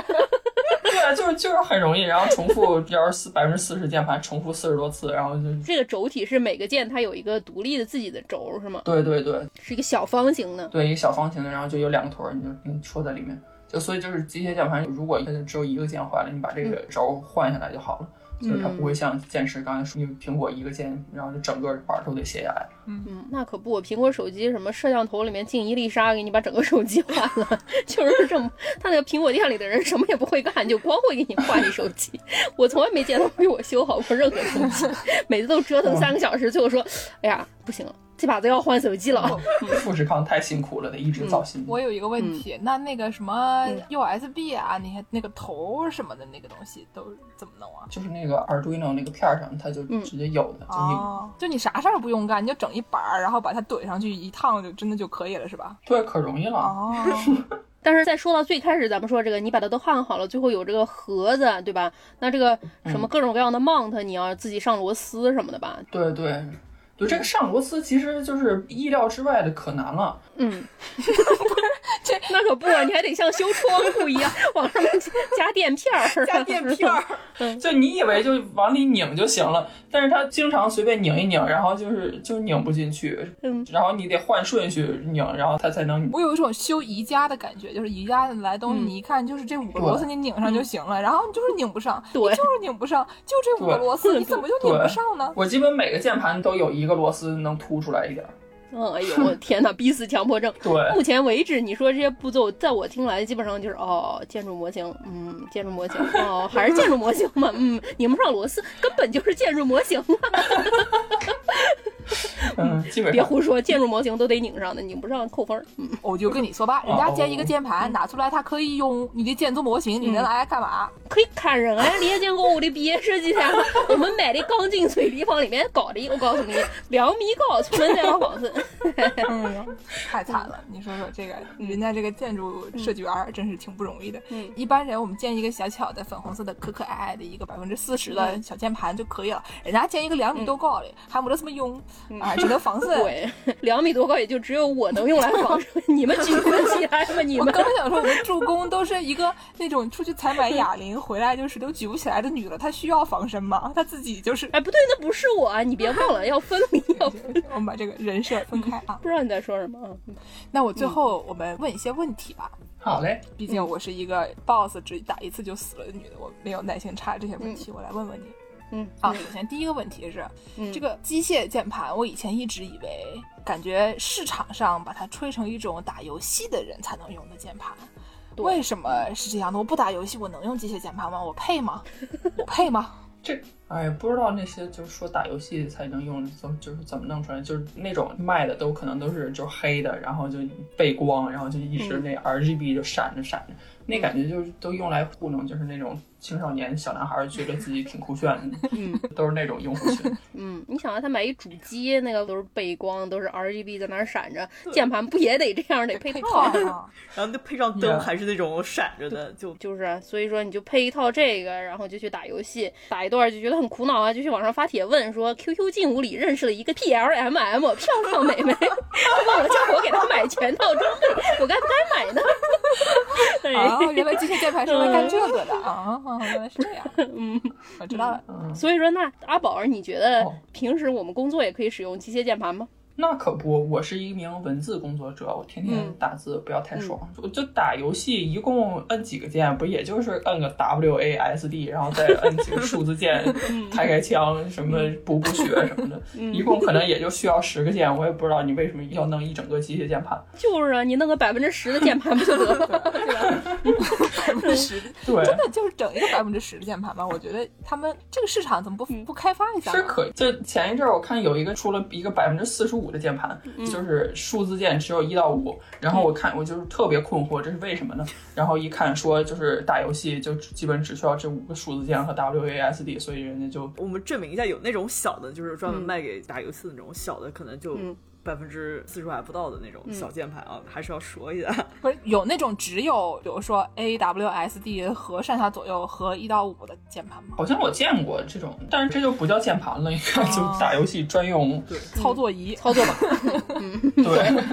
对啊，就是就是很容易，然后重复要是四百分之四十键盘重复四十多次，然后就
这个轴体是每个键它有一个独立的自己的轴是吗？
对对对
是一个小方形的。
对，一个小方形的，然后就有两个头儿，你就你戳在里面，就所以就是机械键盘，如果它就只有一个键坏了，你把这个轴换下来就好了。
嗯
就是它不会像键石刚才说，因为苹果一个键，然后就整个板儿都得卸下来。
嗯，那可不，我苹果手机什么摄像头里面进一粒沙，给你把整个手机换了， 就是这么。他那个苹果店里的人什么也不会干，就光会给你换一手机。 我从来没见他为我修好过任何东西， 每次都折腾三个小时，最后说，哎呀，不行了，这把子要换手机了。
嗯
富士康太辛苦了，得一直造新。
我有一个问题，那那个什么 USB 啊，你看那个头儿什么的那个东西都怎么弄啊？
就是那个 Arduino 那个片儿上，它就直接有的，就你
哦，就你啥事儿不用干，你就整一板儿，然后把它怼上去一烫，就真的就可以了，是吧？
对，可容易了。
哦，
但是再说到最开始咱们说这个，你把它都焊好了，最后有这个盒子，对吧？那这个什
嗯
么各种各样的 mount，你要自己上螺丝什么的吧？
对对对，这个上螺丝其实就是意料之外的，可难了。
嗯，这那可不啊，你还得像修窗户一 样往上面加垫片儿，
加垫片儿，
就你以为就往里拧就行了，但是它经常随便拧一拧，然后就是就拧不进去，
嗯
然后你得换顺序拧，然后它才能。
我有一种修宜家的感觉，就是宜家的来东西，
嗯
你一看就是这五个螺丝你拧上就行了，然后你就是拧不上，你
对
就是拧不上，就这五个
对
螺丝，你怎么就拧不上呢？
我基本每个键盘都有一个螺丝能凸出来一点儿。
嗯，哎呦，我天哪，逼死强迫症。
对，
目前为止，你说这些步骤，在我听来基本上就是哦，建筑模型，嗯，建筑模型，哦，还是建筑模型嘛，嗯，拧不上螺丝，根本就是建筑模型 啊！
嗯，基本
别
上。
胡说，建筑模型都得拧上的，拧不上扣分儿。嗯，
我就跟你说吧，人家建一个键盘拿出来，它可以用你的建筑模型，你能拿来干嘛？
可以砍人啊！李建国，我的毕业设计噻，我们买的钢筋水泥往里面搞的，我告诉你，两米高，出门再把房子。
嗯太惨了！你说说这个，人家这个建筑设计员儿真是挺不容易的。
嗯
一般人我们建一个小巧的粉红色的可可爱爱的一个百分之四十的小键盘就可以了，人家建一个两米多高的，还没得什么用啊，只能防渗。
对，两米多高也就只有我能用来防身，你们举得起来吗？你
我
们
刚想说，我们助攻都是一个那种出去采买哑铃回来就是都举不起来的女的，她需要防身吗？她自己就是，
哎，不对，那不是我啊，你别忘了要分离，要分
我们把这个人设分开啊。
不知道你在说什么啊。
那我最后我们问一些问题吧，
好嘞，
毕
嗯
竟我是一个 boss 只打一次就死了的女的，我没有耐心查这些问题，我来问问你
嗯
啊。首先第一个问题是，
嗯
这个机械键盘，我以前一直以为感觉市场上把它吹成一种打游戏的人才能用的键盘。
对
为什么是这样的？我不打游戏，我能用机械键盘吗？我配吗？我配吗？
这哎呀，不知道那些就是说打游戏才能用，怎么就是怎么弄出来，就是那种卖的都可能都是就是黑的，然后就背光，然后就一直那 RGB 就闪着闪着，那感觉就是都用来糊弄，就是那种青少年小男孩觉得自己挺酷炫的，
嗯，
都是那种用户群。
嗯，你想啊，他买一主机，那个都是背光，都是 RGB 在那儿闪着，键盘不也得这样得配套啊？
啊！
然后就配上
Yeah
灯还是那种闪着的，就
就是啊，所以说你就配一套这个，然后就去打游戏，打一段就觉得很苦恼啊，就去网上发帖问说，QQ 进屋里认识了一个 PLMM 漂亮美眉， 忘了叫我给她买全套装备，我该不该买呢？ 哎对，
啊
哦，原来机械键盘是用来干这个的啊！原来是这样，
嗯，
我知 道了。
嗯，
所以说那阿宝儿，你觉得
哦
平时我们工作也可以使用机械键盘吗？
那可不，我是一名文字工作者，我天天
嗯
打字不要太爽。我就打游戏，一共摁几个键，不也就是摁个 W A S D，然后再摁几个数字键， 开开枪，什么补补血什么的，一共可能也就需要十个键。我也不知道你为什么要弄一整个机械键盘。
就是啊，你弄个百分之十的键盘不就得 了吗？对吧？
百分之十，
对，
真的就是整一个百分之十的键盘吧？我觉得他
嗯
们这个市场怎么不不开发一下呢？
是可以。就前一阵儿我看有一个出了一个百分之四十五五的键盘，就是数字键只有一到五。然后我看我就是特别困惑，这是为什么呢？然后一看说就是打游戏就只基本只需要这五个数字键和 WASD，所以人家就
我们证明一下，有那种小的，就是专门卖给打游戏的那种小的，可能就
嗯
百分之四十还不到的那种小键盘啊，还是要说一下。
不是有那种只有比如说 A W S D 和上下左右和一到五的键盘吗？
好像我见过这种，但是这就不叫键盘了，应该就打游戏专用。
操作仪。
嗯操作吧。
对，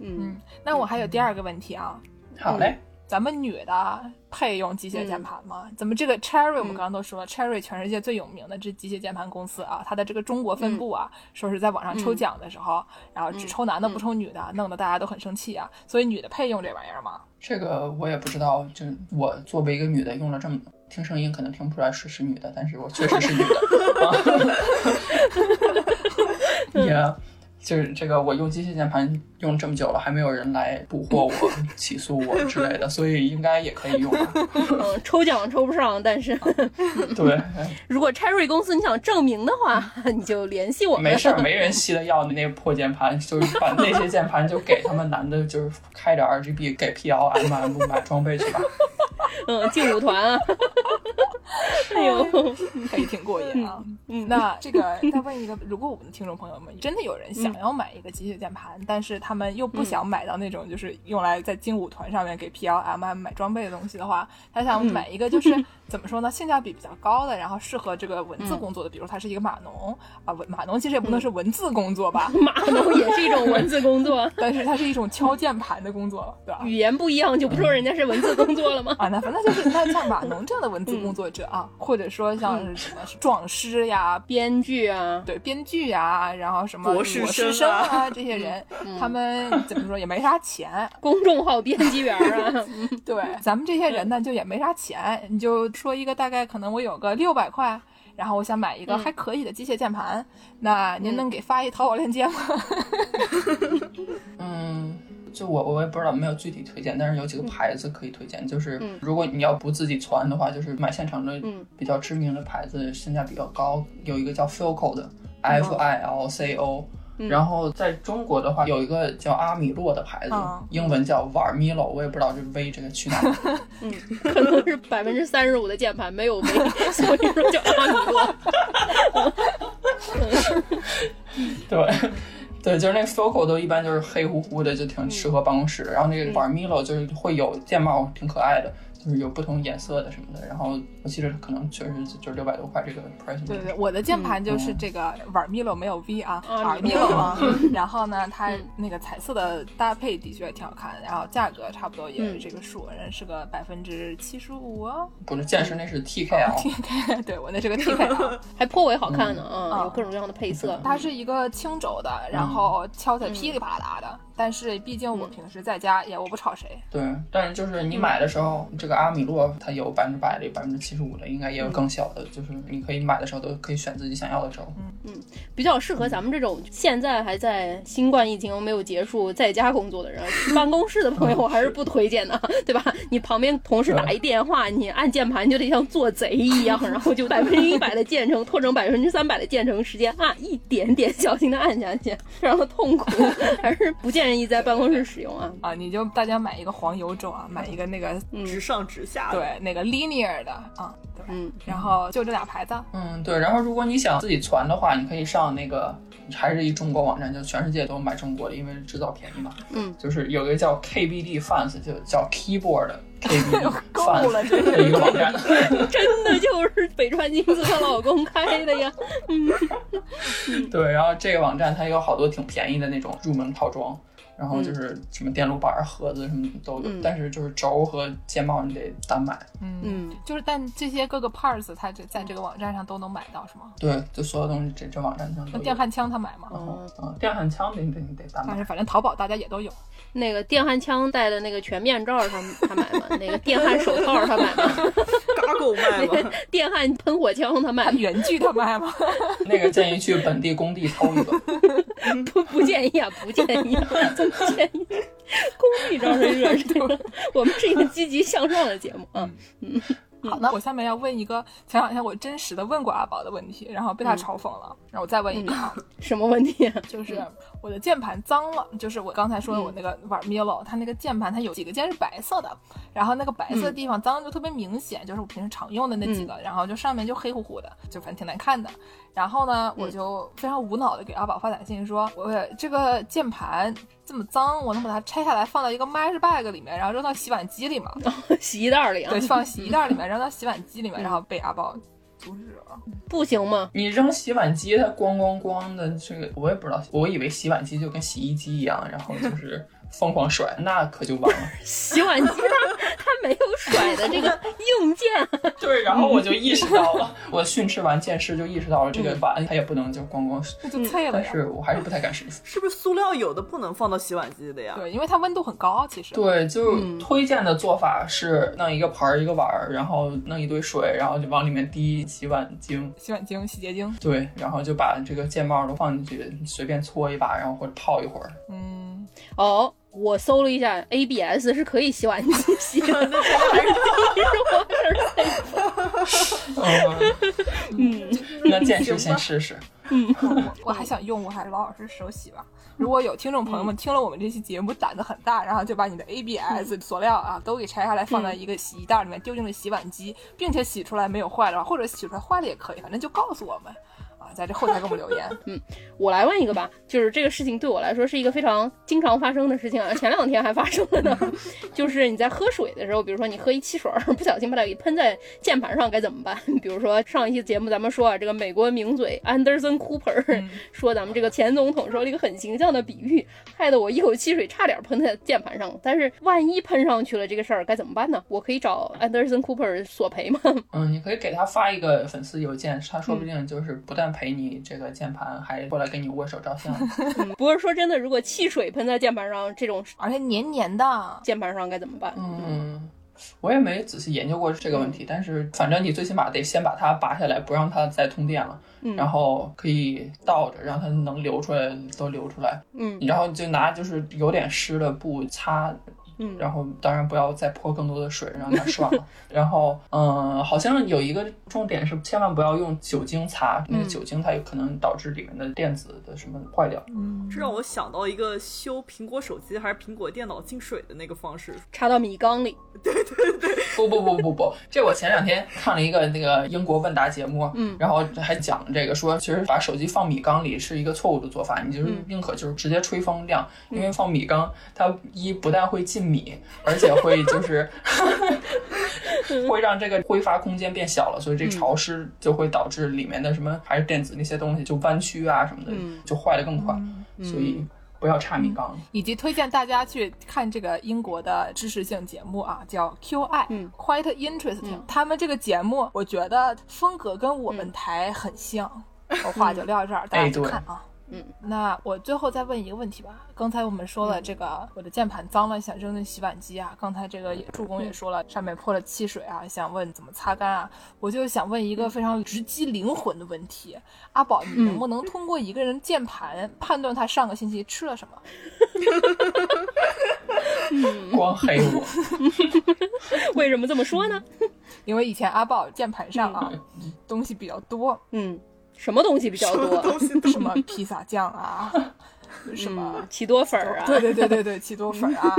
嗯，
那我还有第二个问题啊，
好嘞，
咱们女的配用机
嗯
械键盘吗？咱们这个 Cherry，我们刚刚都说了、c h e r r y 全世界最有名的这机械键盘公司啊，它的这个中国
嗯
分部啊，说是在网上抽奖的时候，然后只抽男的
嗯
不抽女的，弄得大家都很生气啊。所以女的配用这玩意儿吗？
这个我也不知道，就我作为一个女的用了这么。听声音可能听不出来是是女的，但是我确实是女的。啊 也就是这个，我用机械键盘用这么久了，还没有人来捕获我、起诉我之类的，所以应该也可以用吧。
嗯，抽奖抽不上，但是
哦对，
如果 Cherry 公司你想证明的话， 你就联系我们。
没事儿，没人稀得要你那破键盘，就是把那些键盘就给他们男的，就是开着 RGB 给 PL MM 买装备去吧。
嗯，劲舞团啊，哎 呦，
可以挺过瘾啊。 那这个再问一个，如果我们的听众朋友们真的有人想要买一个机械键盘，但是他们又不想买到那种就是用来在精武团上面给 PLMM 买装备的东西的话，他想买一个就是怎么说呢，性价比比较高的，然后适合这个文字工作的，比如他是一个码农啊，文码农其实也不能是文字工作吧，
码农也是一种文字工 作，
但是它是一种敲键盘的工作， 对吧？
语言不一样就不说人家是文字工作了吗？
啊，那反正就是那像码农这样的文字工作者啊，或者说像是 什么壮师呀、
编剧啊，
对编剧啊，然后什么
博
博
士
生
生啊
啊这些人，他们怎么说也没啥钱，
公众号编辑员啊，
对 咱们这些人呢就也没啥钱，你就说一个大概可能我有个六百块。然后我想买一个还可以的机械键盘，那您能给发一淘宝链接吗？
嗯，就我我也不知道没有具体推荐，但是有几个牌子可以推荐。就是如果你要不自己攒的话，就是买现成的
嗯
比较知名的牌子，性价比比较高。有一个叫 Filco 的，F I L C O。然后在中国的话，有一个叫阿米洛的牌子，
嗯
英文叫 Varmilo，我也不知道这 V 这个去哪儿。
可能是百分之三十五的键盘没有围， 所以说叫阿米洛。
对，对，就是那个 Foco 都一般就是黑乎乎的，就挺适合办公室。然后那个
嗯
v a r m i l o 就是会有键帽，挺可爱的，就是有不同颜色的什么的。然后我记得可能确实就就是六百多块这个 price。
对对，我的键盘就是这个玩米罗没有 V 啊，
啊
玩米罗啊。然后呢，它
嗯
那个彩色的搭配的确挺好看，然后价格差不多也是
嗯
这个数，人是个百分之七十五哦。
不是健身，那是 TKL，
对我那是个 TK 啊。
还颇为好看呢
嗯
啊，有各种各样的配色。
它是一个轻轴的，然后敲起来噼里啪啦的。但是毕竟我平时在家也我不吵谁，
对。但是就是你买的时候，这个阿米洛它有百分之百的、百分之七十五的，应该也有更小的，就是你可以买的时候都可以选自己想要的轴。
比较适合咱们这种现在还在新冠疫情没有结束在家工作的 人，办公室的朋友我哦还是不推荐的， 对吧？你旁边同事打一电话，你按键盘就得像做贼一 样，然后就百分之一百的键程拖成百分之三百的键程时间，啊，一点点小心的按下去，非常的痛苦， 还是不建议在办公室使用啊。
啊，你就大家买一个黄油轴啊，买一个那个
直上直下的，
对那个 linear 的啊，对。
嗯，
然后就这俩牌子，
嗯，对。然后如果你想自己传的话，你可以上那个还是一中国网站，就全世界都买中国的，因为制造便宜嘛。
嗯，
就是有一个叫 KBD Fans，就叫 Keyboard KBD
够了
Fans 的一个网站。
真的就是北川金子她老公开的呀。
对，然后这个网站它有好多挺便宜的那种入门套装，然后就是什么电路板儿、盒子什么都有，
嗯
但是就是轴和键帽你得单买。
嗯，
就是但这些各个 parts 它这在这个网站上都能买到是吗？
对，就所有东西这这网站上都
那
有。
电焊枪他买吗？
然后，嗯，电焊枪得你得你得单
但
买。
是反正淘宝大家也都 有，
那个电焊枪戴的那个全面罩儿他他买吗？那个电焊手套儿他买吗？
嘎狗卖 嘛。
电焊喷火枪他买
他原剧他卖吗？
那个建议去本地工地偷一个。
不不建议啊，不建议、啊，不建议。工地招人惹事儿，我们是一个积极向上的节目啊。
好的，我下面要问一个前两天我真实的问过阿宝的问题，然后被他嘲讽了，然后我再问一个啊，
什么问题啊？
就是
嗯
我的键盘脏了，就是我刚才说我那个玩 Milo，、它那个键盘它有几个键是白色的，然后那个白色的
嗯
地方脏了就特别明显，就是我平时常用的那几个，然后就上面就黑乎乎的，就反正挺难看的。然后呢，
嗯
我就非常无脑的给阿宝发短信说，我这个键盘这么脏，我能把它拆下来放到一个 mesh bag 里面，然后扔到洗碗机 里吗？
洗衣袋儿里啊
对，？放洗衣袋里面，扔到洗碗机里
嗯
面，然后被阿宝阻止了。
不行吗？
你扔洗碗机，它咣咣咣的，这个我也不知道，我以为洗碗机就跟洗衣机一样，然后就是疯狂甩，那可就完了。
洗碗机它它没有甩的这个硬件，
对，然后我就意识到了，我训斥完剑师就意识到了这个碗它也不能就咣咣
那就脆了
但
呀。
是我还是不太敢试。
是不是塑料有的不能放到洗碗机的啊呀？
对，因为它温度很高，其实。
对，就推荐的做法是弄一个盆儿一个碗儿，然后弄一堆水，然后就往里面滴洗碗精。
洗碗精、洗洁精，
对，然后就把这个键帽都放进去，随便搓一把，然后或者泡一会儿。
嗯，
哦，我搜了一下，ABS 是可以洗碗机洗的，还是第一种还是
嗯，那剑师先试试。
我还想用，我还是老老实实手洗吧。如果有听众朋友们听了我们这期节目，胆子很大，然后就把你的 ABS 佐料啊都给拆下来，放在一个洗衣袋里面，丢进了洗碗机，并且洗出来没有坏的话，或者洗出来坏了也可以，反正就告诉我们啊，在这后台给我们留言。
我来问一个吧，就是这个事情对我来说是一个非常经常发生的事情啊，前两天还发生了呢。就是你在喝水的时候，比如说你喝一汽水儿，不小心把它给喷在键盘上，该怎么办？ 比如说上一期节目咱们说啊，这个美国名嘴 Anderson Cooper、说咱们这个前总统说了一个很形象的比喻，害得我一口汽水差点喷在键盘上。但是万一喷上去了这个事儿该怎么办呢？我可以找 Anderson Cooper 索赔吗？
嗯，你可以给他发一个粉丝邮件，他
嗯
说不定就是不但陪你这个键盘，还过来跟你握 手照相。
嗯不过说真的，如果汽水喷在键盘上，这种
而且黏黏的，
键盘上该怎么办？
嗯，我也没仔细研究过这个问
嗯
题，但是反正你最起码得先把它拔下来，不让它再通电了，
嗯
然后可以倒着，让它能流出来都流出来，
嗯
然后你就拿就是有点湿的布擦。
嗯
然后当然不要再泼更多的水，让它涮了。然后，嗯，好像有一个重点是，千万不要用酒精擦，因为
嗯
酒精它有可能导致里面的电子的什么坏掉。
这让我想到一个修苹果手机还是苹果电脑进水的那个方式，
插到米缸里。
不不不不不，这我前两天看了一个那个英国问答节目，
嗯
然后还讲这个说，其实把手机放米缸里是一个错误的做法，你就是
嗯
宁可就是直接吹风晾，因为放米缸它一不但会进米，而且会就是 会让这个挥发空间变小了，所以
嗯
这潮湿就会导致里面的什么还是电子那些东西就弯曲啊什么的，
嗯
就坏的更快，所以不要插米缸。
以及推荐大家去看这个英国的知识性节目啊，叫 QI，、
嗯
q u i t e Interesting、
嗯
他们这个节目，我觉得风格跟我们台很像。我话就撂 这儿，大家去看啊。
哎嗯，
那我最后再问一个问题吧。刚才我们说了这个，
嗯
我的键盘脏了，想扔进洗碗机啊。刚才这个也助攻也
嗯
说了，上面泼了汽水啊，想问怎么擦干啊。我就想问
嗯
一个非常直击灵魂的问题：阿宝，你能不能通过一个人键盘判断他上个星期吃了什么？
嗯
光黑 我，
为什么这么说呢？
因为以前阿宝键盘上啊、东西比较 多，
嗯，什么东西比较
什么
多？
东西都
什么披萨酱 啊，什么
嗯，。奇多粉儿啊？嗯
对对对对 对，奇多粉啊，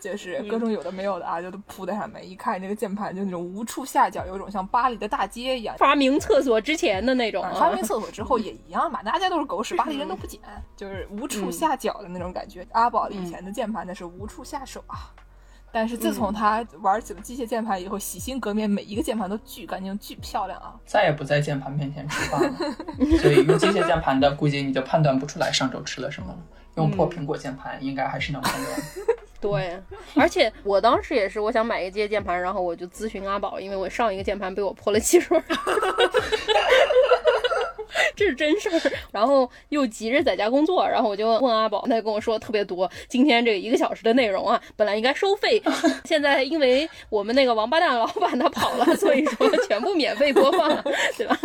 就是各种有的没有的啊，就都铺在上面。一看这个键盘，就那种无处下脚，有一种像巴黎的大街一样。
发明厕所之前的那种
啊
啊，
发明厕所之后也一样 嘛，大家都是狗屎，巴黎人都不捡，就是无处下脚的那种感觉。阿宝以前的键盘那是无处下手啊，但是自
嗯
从他玩起了机械键盘以后，洗心革面，每一个键盘都巨干净、巨漂亮啊。
再也不在键盘面前吃饭了，所以用机械键盘的，估计你就判断不出来上周吃了什么了。用破苹果键盘应该还是能判断。
对，而且我当时也是，我想买一个机械键盘，然后我就咨询阿宝，因为我上一个键盘被我泼了汽水儿， 这是真事儿。然后又急着在家工作，然后我就问阿宝，他就跟我说特别多，今天这个一个小时的内容啊，本来应该收费，现在因为我们那个王八蛋老板他跑了，所以说全部免费播放了，对吧？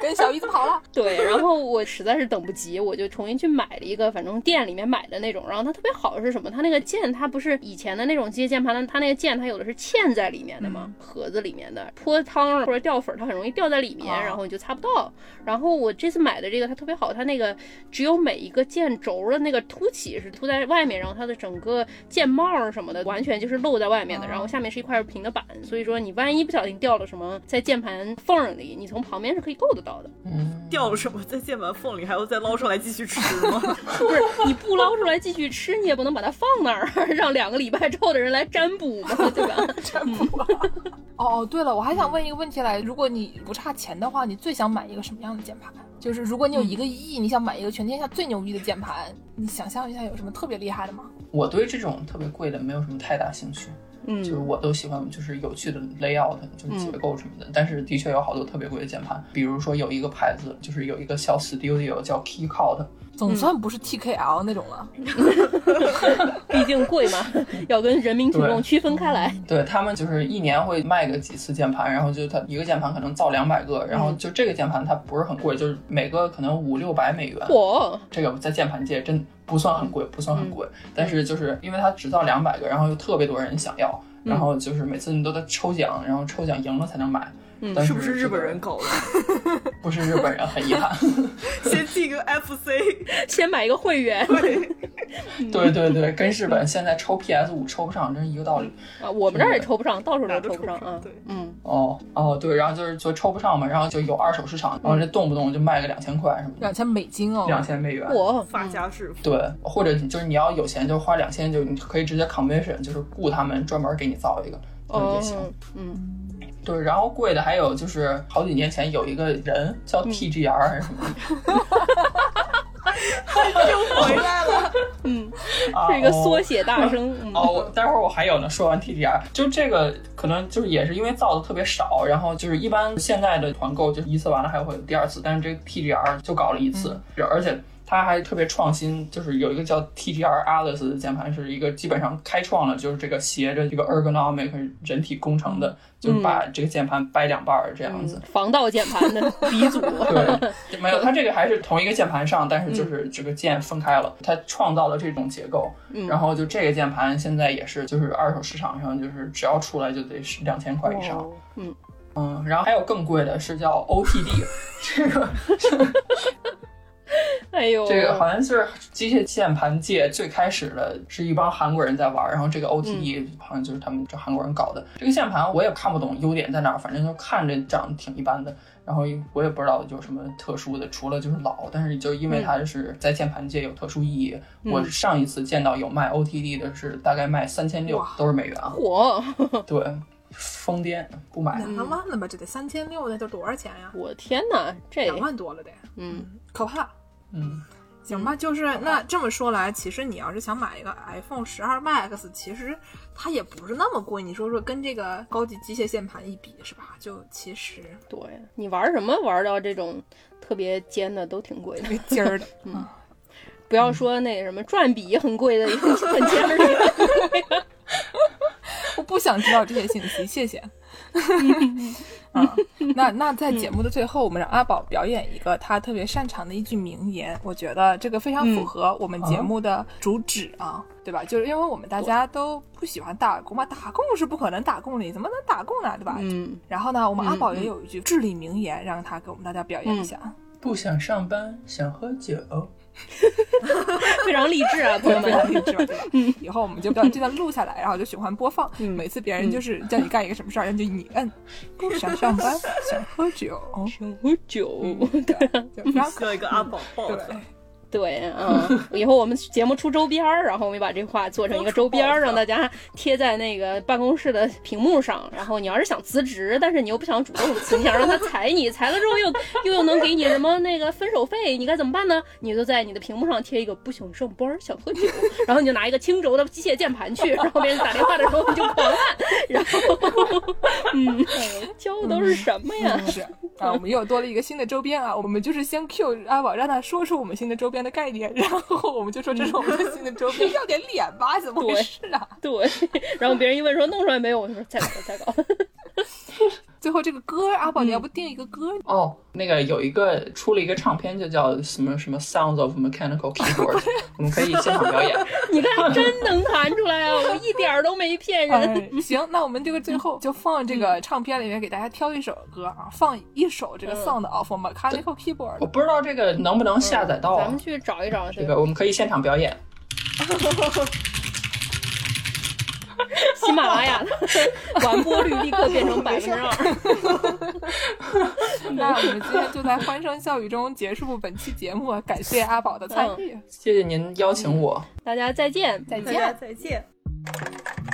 跟小姨子跑了，
对，然后我实在是等不及，我就重新去买了一个，反正店里面买的那种。然后它特别好的是什么？它那个键，它不是以前的那种机械键盘它那个键它有的是嵌在里面的嘛，盒子里面的，泼汤或者掉粉儿，它很容易掉在里面，然后你就擦不到。然后我这次买的这个它特别好，它那个只有每一个键轴的那个凸起是凸在外面，然后它的整个键帽儿什么的完全就是露在外面的，然后下面是一块平的板，所以说你万一不小心掉了什么在键盘缝儿里，你从旁边是可以够得到的。
嗯，
掉什么在键盘缝里，还要再捞上来继续吃吗？
不是你不捞出来继续吃，你也不能把它放那儿， 让两个礼拜之后的人来占卜嘛，对吧？
哦，对了，我还想问一个问题来，如果你不差钱的话，你最想买一个什么样的键盘？就是如果你有一个亿，你想买一个全天下最牛逼的键盘，你想象一下有什么特别厉害的吗？
我对这种特别贵的没有什么太大兴趣，
嗯
就是我都喜欢就是有趣的 layout，就是结构什么的。但是的确有好多特别贵的键盘，比如说有一个牌子，就是有一个小 studio 叫 Keycode，
总算不是 TKL 那种了。
毕竟贵嘛，要跟人民群众
对
区分开来。
对他们就是一年会卖个几次键盘，然后就它一个键盘可能造两百个，然后就这个键盘它不是很贵，就是每个可能五六百美元。
嚯，
这个在键盘界真不算很贵，不算
嗯
很贵，但是就是因为它只造两百个，然后又特别多人想要，然
嗯
后就是每次你都得抽奖，然后抽奖赢了才能买。
嗯
但
是不是
这
日
个
本人？搞的？
不是日本人，很 遗憾。
先进个 FC，
先买一个会员
对对对，跟日本现在抽 PS 五抽不上，真是一个道理。
啊，我们这儿也抽不上，到处
哪
都
儿都
抽不上
抽不上
啊
对。
嗯，
哦哦，对，然后就是就抽不上嘛，然后就有二手市场，然后这动不动就卖个两千块什么
两
的，
千美金哦，
两千美元。
嚯，
发家致富。
对，或者你就是你要有钱，就花两千，就你可以直接 commission，就是雇他们专门给你造一个，嗯也行。
哦，嗯，
对，然后贵的还有就是好几年前有一个人叫
嗯
TGR 还是什 么
又回来了，
的，啊
是一个
哦
缩写大 声。嗯
哦，我待会儿我还有呢。说完 TGR，就这个可能就是也是因为造的特别少，然后就是一般现在的团购就是一次完了还会有第二次，但是这个 TGR 就搞了一
嗯
次，而且。它还特别创新，就是有一个叫 TGR Atlas 的键盘，是一个基本上开创了就是这个斜着这个 ergonomic 人体工程的，
嗯
就是把这个键盘掰两半儿这样子。
防盗键盘的鼻祖，
对，没有，它这个还是同一个键盘上，但是就是这个键分开了，它创造了这种结构。
嗯
然后就这个键盘现在也是，就是二手市场上就是只要出来就得是两千块以上。
嗯
嗯，然后还有更贵的是叫 OTD，这个
哎呦，
这个好像是机械键盘界最开始的是一帮韩国人在玩儿，然后这个 OTE 好像就是他们这韩国人搞的。这个键盘我也看不懂优点在哪儿，反正就看着长得挺一般的，然后我也不知道有什么特殊的，除了就是老，但是就因为它是在键盘界有特殊意义。我上一次见到有卖 OTD 的是大概卖三千六，都是美元啊，
嚯，
对，疯癫不买。
嗯
两万了吧？这得三千六，那得多少钱呀？
我天哪，这
两万多了得，
嗯
可怕。
嗯，
行吧，就是那这么说来，其实你要是想买一个 iPhone 十二 Max，其实它也不是那么贵。你说说，跟这个高级机械键盘一比，是吧？就其实
对，你玩什么玩到这种特别尖的都挺贵的。
没劲儿的。
不要说那个什么转笔很贵的，也 很尖儿的。
我不 想知道这些信 息，谢谢。啊，那那在节目的最后，我们让阿宝表演一个他特别擅长的一句名言，我觉得这个非常符合我们节目的主旨啊，对吧？就是因为我们大家都不喜欢打工嘛，打工是不可能打工的，你怎么能打工呢？对吧？
嗯，
然后呢，我们
嗯
阿宝也有一句至理名言，让他给我们大家表演一下。
不想上班，想喝酒。
非常励志啊，朋友
非常
们。
励志，对吧？以后我们就不要这段录下来，然后就循环播放。
嗯
每次别人就是叫你干一个什么事儿，然后就你摁，不想上班，想喝酒，
想喝酒，哦啊
对，就非常可
需要一个阿宝抱
对
着。
对，嗯，以后我们节目出周边儿，然后我们把这话做成一个周边儿，让大家贴在那个办公室的屏幕上。然后你要是想辞职，但是你又不想主动辞，你想让他裁你，裁了之后又又又能给你什么那个分手费，你该怎么办呢？你就在你的屏幕上贴一个不想上班，想喝酒，然后你就拿一个轻轴的机械键盘去，然后别人打电话的时候你就狂按，然后，嗯，哎呦教的都是什么哎呀？
是啊，我们又多了一个新的周边啊，我们就是先 Q 阿宝，让他说出我们新的周边的概念，然后我们就说这是我们的新的周 边，要点脸吧，怎么回事啊？
对，然后别人一问说弄出来没有，我就说再搞再搞。
最后这个歌，阿
嗯
宝你要不定一个歌？
哦，那个有一个出了一个唱片，就叫什么什么 Sounds of Mechanical
哦
Keyboard，我们可以现场表演。
你看，真能弹出来啊！我一点儿都没骗人。
哎， 行，那我们这个最后就放这个唱片里面给大家挑一首歌啊，放一首这个
嗯
Sound of Mechanical Keyboard
我。不知道这个能不能下载
哦
到
嗯咱
啊
们？去找一找
这
这
个我们可以现场表演。
喜马 拉雅的完播率立刻变成百分之二。
那我们今天就在欢声笑语中结束本期节目，啊感谢阿宝的参与。
谢谢您邀请我。
大家再见，
再
大
见。
家再见。